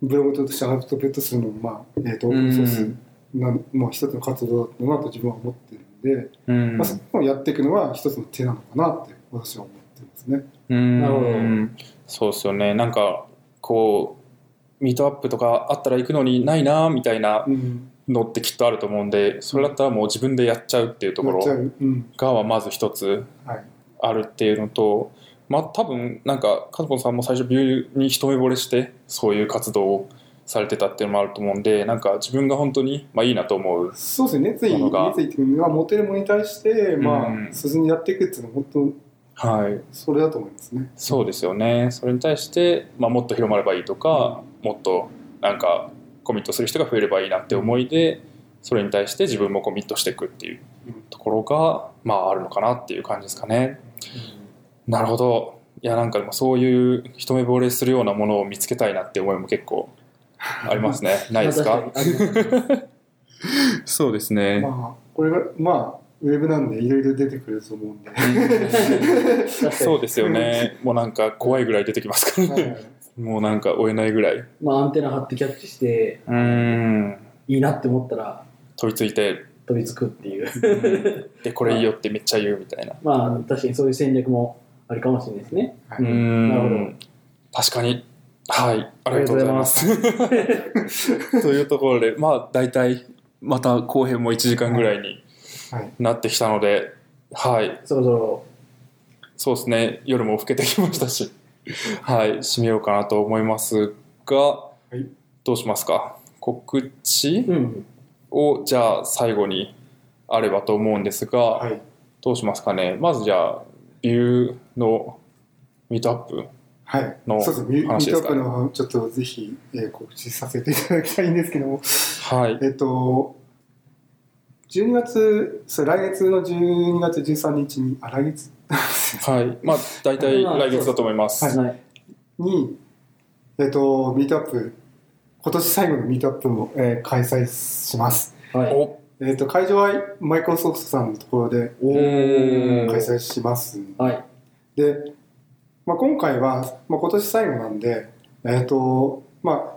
ブログとしてアウトプットするのも、まあえーとオープンソースな、まあ、一つの活動だなと自分は思ってるんで、
うん
まあ、そこをやっていくのは一つの手なのかなって私は思ってますね。
な
なるほど
そうですよねなんかこうミートアップとかあったら行くのにないなみたいな
うん、
のってきっとあると思うんでそれだったらもう自分でやっちゃうっていうとこ
やっちゃ
ろ
う、うん
がまず一つ
はい
あるっていうのとまあ多分なんかカズポンさんも最初ビューに一目惚れしてそういう活動をされてたっていうのもあると思うんでなんか自分が本当にまあいいなと思う
そうですね熱意
ものが
熱意っていうのは持てるものに対して、ま
うん
あ、進んでやっていくっていうのは本
はい
当それだと思いますね。
そうですよねそれに対して、まあ、もっと広まればいいとか、もっとなんかコミットする人が増えればいいなって思いでそれに対して自分もコミットしていくっていう
うん
ところが、まあ、あるのかなっていう感じですかね。なるほどいやなんかでもそういう一目惚れするようなものを見つけたいなって思いも結構あります ねないです
ま
か
あ確かにあります
そうですね、
まあ、これがまあウェブなんでいろいろ出てくると思うんで。
確か
そ
に
うですよねもうなんか怖いぐらい出てきますからね、
はい
もうなんか追えないぐらい
まあ、アンテナ張ってキャッチして、
うーん
いいなって思ったら
飛びついて、
飛びつくっていう
で、これいいよってめっちゃ言うみたいな。
まあ確かにそういう戦略もありかもしれないですね
う
うんん
なる
確かに。はい。ありがとうございます。というところで、まあ、大体、また後編も1時間ぐらいに
はい
なってきたので、はい。
そろそろ
そうですね。夜も更けてきました し、はい。締めようかなと思いますが、
い
どうしますか告知
うん
を、じゃあ、最後にあればと思うんですが、
はい
どうしますかね。まずじゃあ、ビューのミートアップ。
はい、
の
そうですね、ミミ
話
ー
で
トア
す
ッ
か
プ
ね
のちょっとぜひ、えー告知させていただきたいんですけども、
はい。
えっと、12月、そう来月の12月13日に、あ、来月
はい。まあ、大体来月だと思います。
はいはい
に、えっと、ミートアップ、今年最後のミートアップも、えー開催します。
はい
お
えっと、会場はマイクロソフトさんのところで
おー
開催します。
はい
で、まあ、今回は、まあ、今年最後なんで、えっとまあ、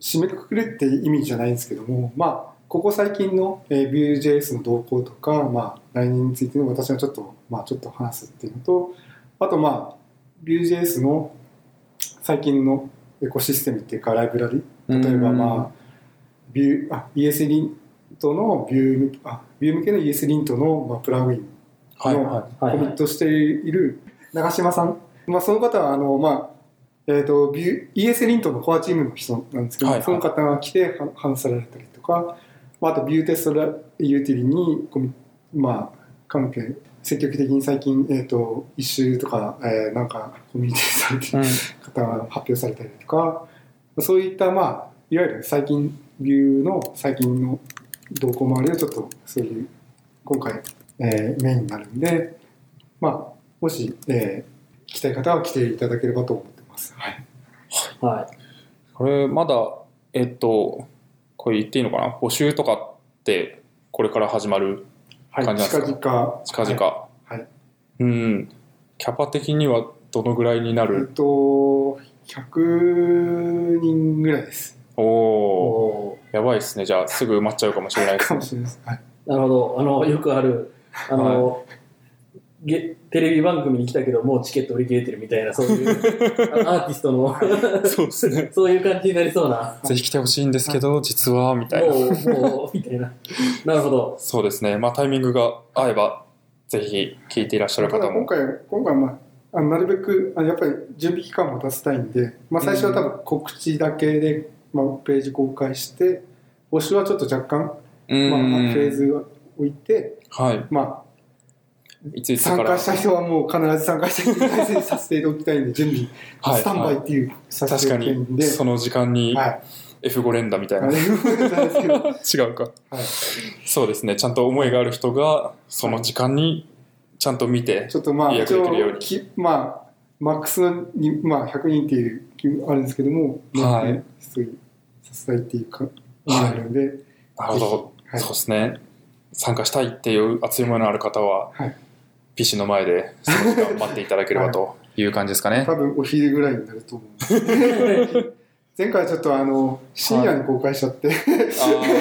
締めくくるって意味じゃないんですけども、まあ、ここ最近の、えー、Vue.js の動向とか、まあ、来年についての私がちょっと,、まあ、ちょっと話すっていうのとあと、まあ、Vue.js の最近のエコシステムっていうかライブラリ例えば、まあ、ビューあ ES リントのビュー向あビュー向けの ES リントの、まあ、プラグイン
あはいは
はい
コミットしている長嶋さん、まあ、その方はあの、まあえー、とビュー ES リントのコアチームの人なんですけど、
はいはい
その方が来ては話されたりとか、まあ、あとビューテストラユーティリにコミ、まあ、関係積極的に最近、えー、と一周とか、えーなんかコミュニティされて
い。うん
方が発表されたりとかそういったまあいわゆる最近流の最近の動向周りをちょっとそういう今回、えーメインになるんでまあもし、えー来たい方は来ていただければと思ってます。はい、
はい
これ、まだ、えっと、これ言っていいのかな募集とかって、これから始まる、
はい、
感じなんです
近
か
々
近々。
はいはい
うん。キャパ的にはどのぐらいにな
え
る
っ、と100人ぐらいです。
おお
おー
やばいですね。じゃあ、すぐ埋まっちゃうかもしれないです
か
ね
も。しれないです。はい、
なるほどあのよくあるあの、げテレビ番組に来たけどもうチケット売り切れてるみたいなそう いうあアーティストの
そうですね。
そういう感じになりそうな
ぜひ来てほしいんですけど、実は、みたいな。
もうもうみたいななるほど
そうですね。まあ、タイミングが合えば、ぜひ聞いていらっしゃる
ただ
方
今
も。
回今回、まあ、あのなるべくあのやっぱり準備期間も出せたいんで、まあ、最初は多分告知だけで、まあ、ページ公開して募集はちょっと若干、
うん
まあ、フェーズを置いて、
はい。
ま
いつい
あ、
つか
参
ら
加し。た人はもう必ず参加したいっていう体制にさせておきたいんで準備、
はい
スタンバイっていうさせて
確か
おきたいん
に、
で。
その時間に
はい、
F5 連打みたい
あ
な。
れなんですけ どはい
違うか。そうですね。ちゃんと思いがある人が、その時間にちゃんと見て
ち。ょっとまあ
いい
一
役できるよう
応
に
きまあマックスに、まあ、100人っていう気もあるんですけども、
はい
ねそういうさせたいっていうか、あるので、
なるほど。
はい
そうですね。参加したいっていう熱いもののある方は、
はい
PC の前でその時間を待っていただけれ ばという感じですかね。
多分お昼ぐらいになると思うんです前回はちょっとあの深夜に公開しちゃって、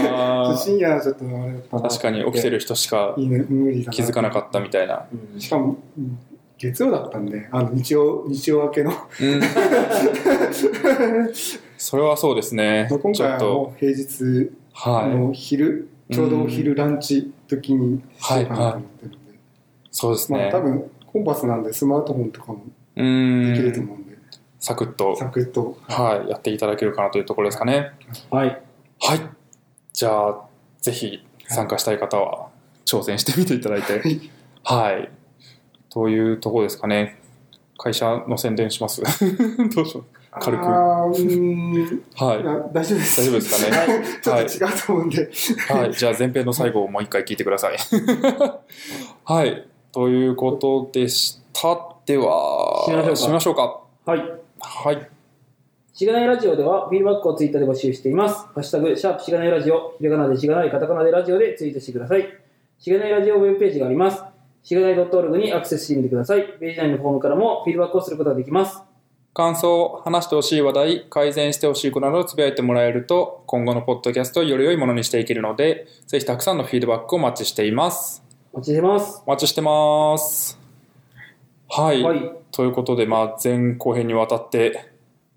あー
深夜はちょっとあれだったな
確かに起きてる人しか
いいね無理だ
気づかなかったみたいな。
うん
しかもうん月曜だったんであの日曜日曜明けの
うん、 それはそうですね。
今
ち
回
ょ
は
っと、
もう平日
は
の昼、
い。
ちょうどお
ん
昼ランチ時にしようかなと思ってるんで、
そうです
まあ、
ね
多。分コンパスなんでスマートフォンとかも
う
できると
ん。
思うんで、
サクッと、
サクッと
はい、やっていただけるかなというところですかね。
はい
はい。じゃあ、ぜひ参加したい方は挑戦してみていただいて。はい。というところですかね。会社の宣伝します。 どうしよ軽く
あーうーん
う。はいい。
や大丈夫です
大丈夫ですかね。
ちょっと違うと思うんで、
はい、じゃあ前編の最後をもう一回聞いてくだ さい。はい、ということでした。では、
締めましょうか
締めましょうか。
はい
はい、
しがないラジオではフィードバックをツイッターで募集しています。ハッシュタグ、シャープしがないラジオ、ひらがなでしがない、カタカナでラジオでツイートしてください。しがないラジオウェブページがあります。しがない .org にアクセスしてみてください。ページ内のフォームからもフィードバックをすることができます。
感想、話してほしい話題、改善してほしいことなどをつぶやいてもらえると、今後のポッドキャストをより良いものにしていけるので、ぜひたくさんのフィードバックをお待ちしています。
お待ちしてます。
お待ちしてます。はい。
はい。
ということで、まあ、前後編にわたって、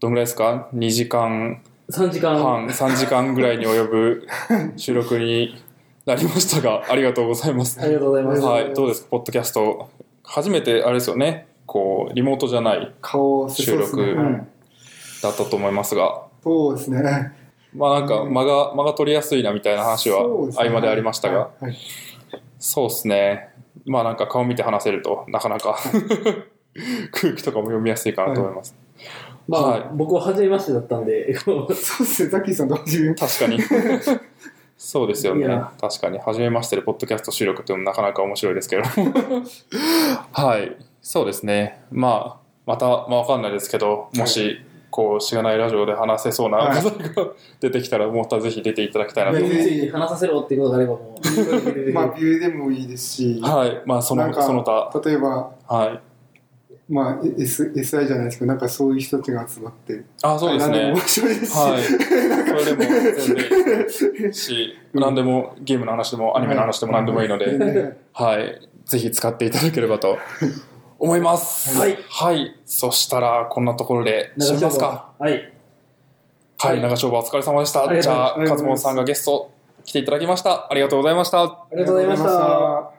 どんぐらいですか ?2 時間
3時間。
半、3時間ぐらいに及ぶ収録になりましたが、あ りがとうございます。
ありがとうございます。
は
はい、どうですか、ポッドキャスト、初めてあれですよね、こうリモートじゃない
顔を
収録
そうですねはい
だったと思いますが、
そうですね。
まあなんか
うん
間が、間が取りやすいなみたいな話は
そうす
合
ね
間でありましたが、。
はいはい
そうですね、まあなんか顔見て話せると、なかなか 空気とかも読みやすいかなと思います。
まあ、
はい
僕は初めましてだったんで、こう
そうですね。ザッキーさんと初めて。
確か にそうですよ
い
ね
や
確かに初めましてでポッドキャスト収録っていうのもなかなか面白い ですけどはいそうですねまあまた、まあ、わかんないですけどもし、こうしがないラジオで話せそうな
はい
方が出てきたらもうまたぜひ出ていただきたいなと、
ね
について話させろっていうことがあればもう、
まあ、ビューでもいいですし、
はいまあそ
なん
の
か
その他
例えば、
はい
まあ、S、SI じゃないですけど、なんかそういう人たちが集まって、
あそうです
何で
ね
も面白いですし、
はい それでも全然いいですし、
うん
何でもゲームの話でもアニメの話でも何でもいいので、
で。
はい、ぜひ使っていただければと思います。
はい
はい、そしたらこんなところで締めますか。。
はい。
はい、
はい
長丁場お疲れ様でし
あ
た。
りが
じ
とうござい
ゃ
ます
あ、カズモンさんがゲスト来ていただきました。ありがとうございました。
ありがとうございました。
た。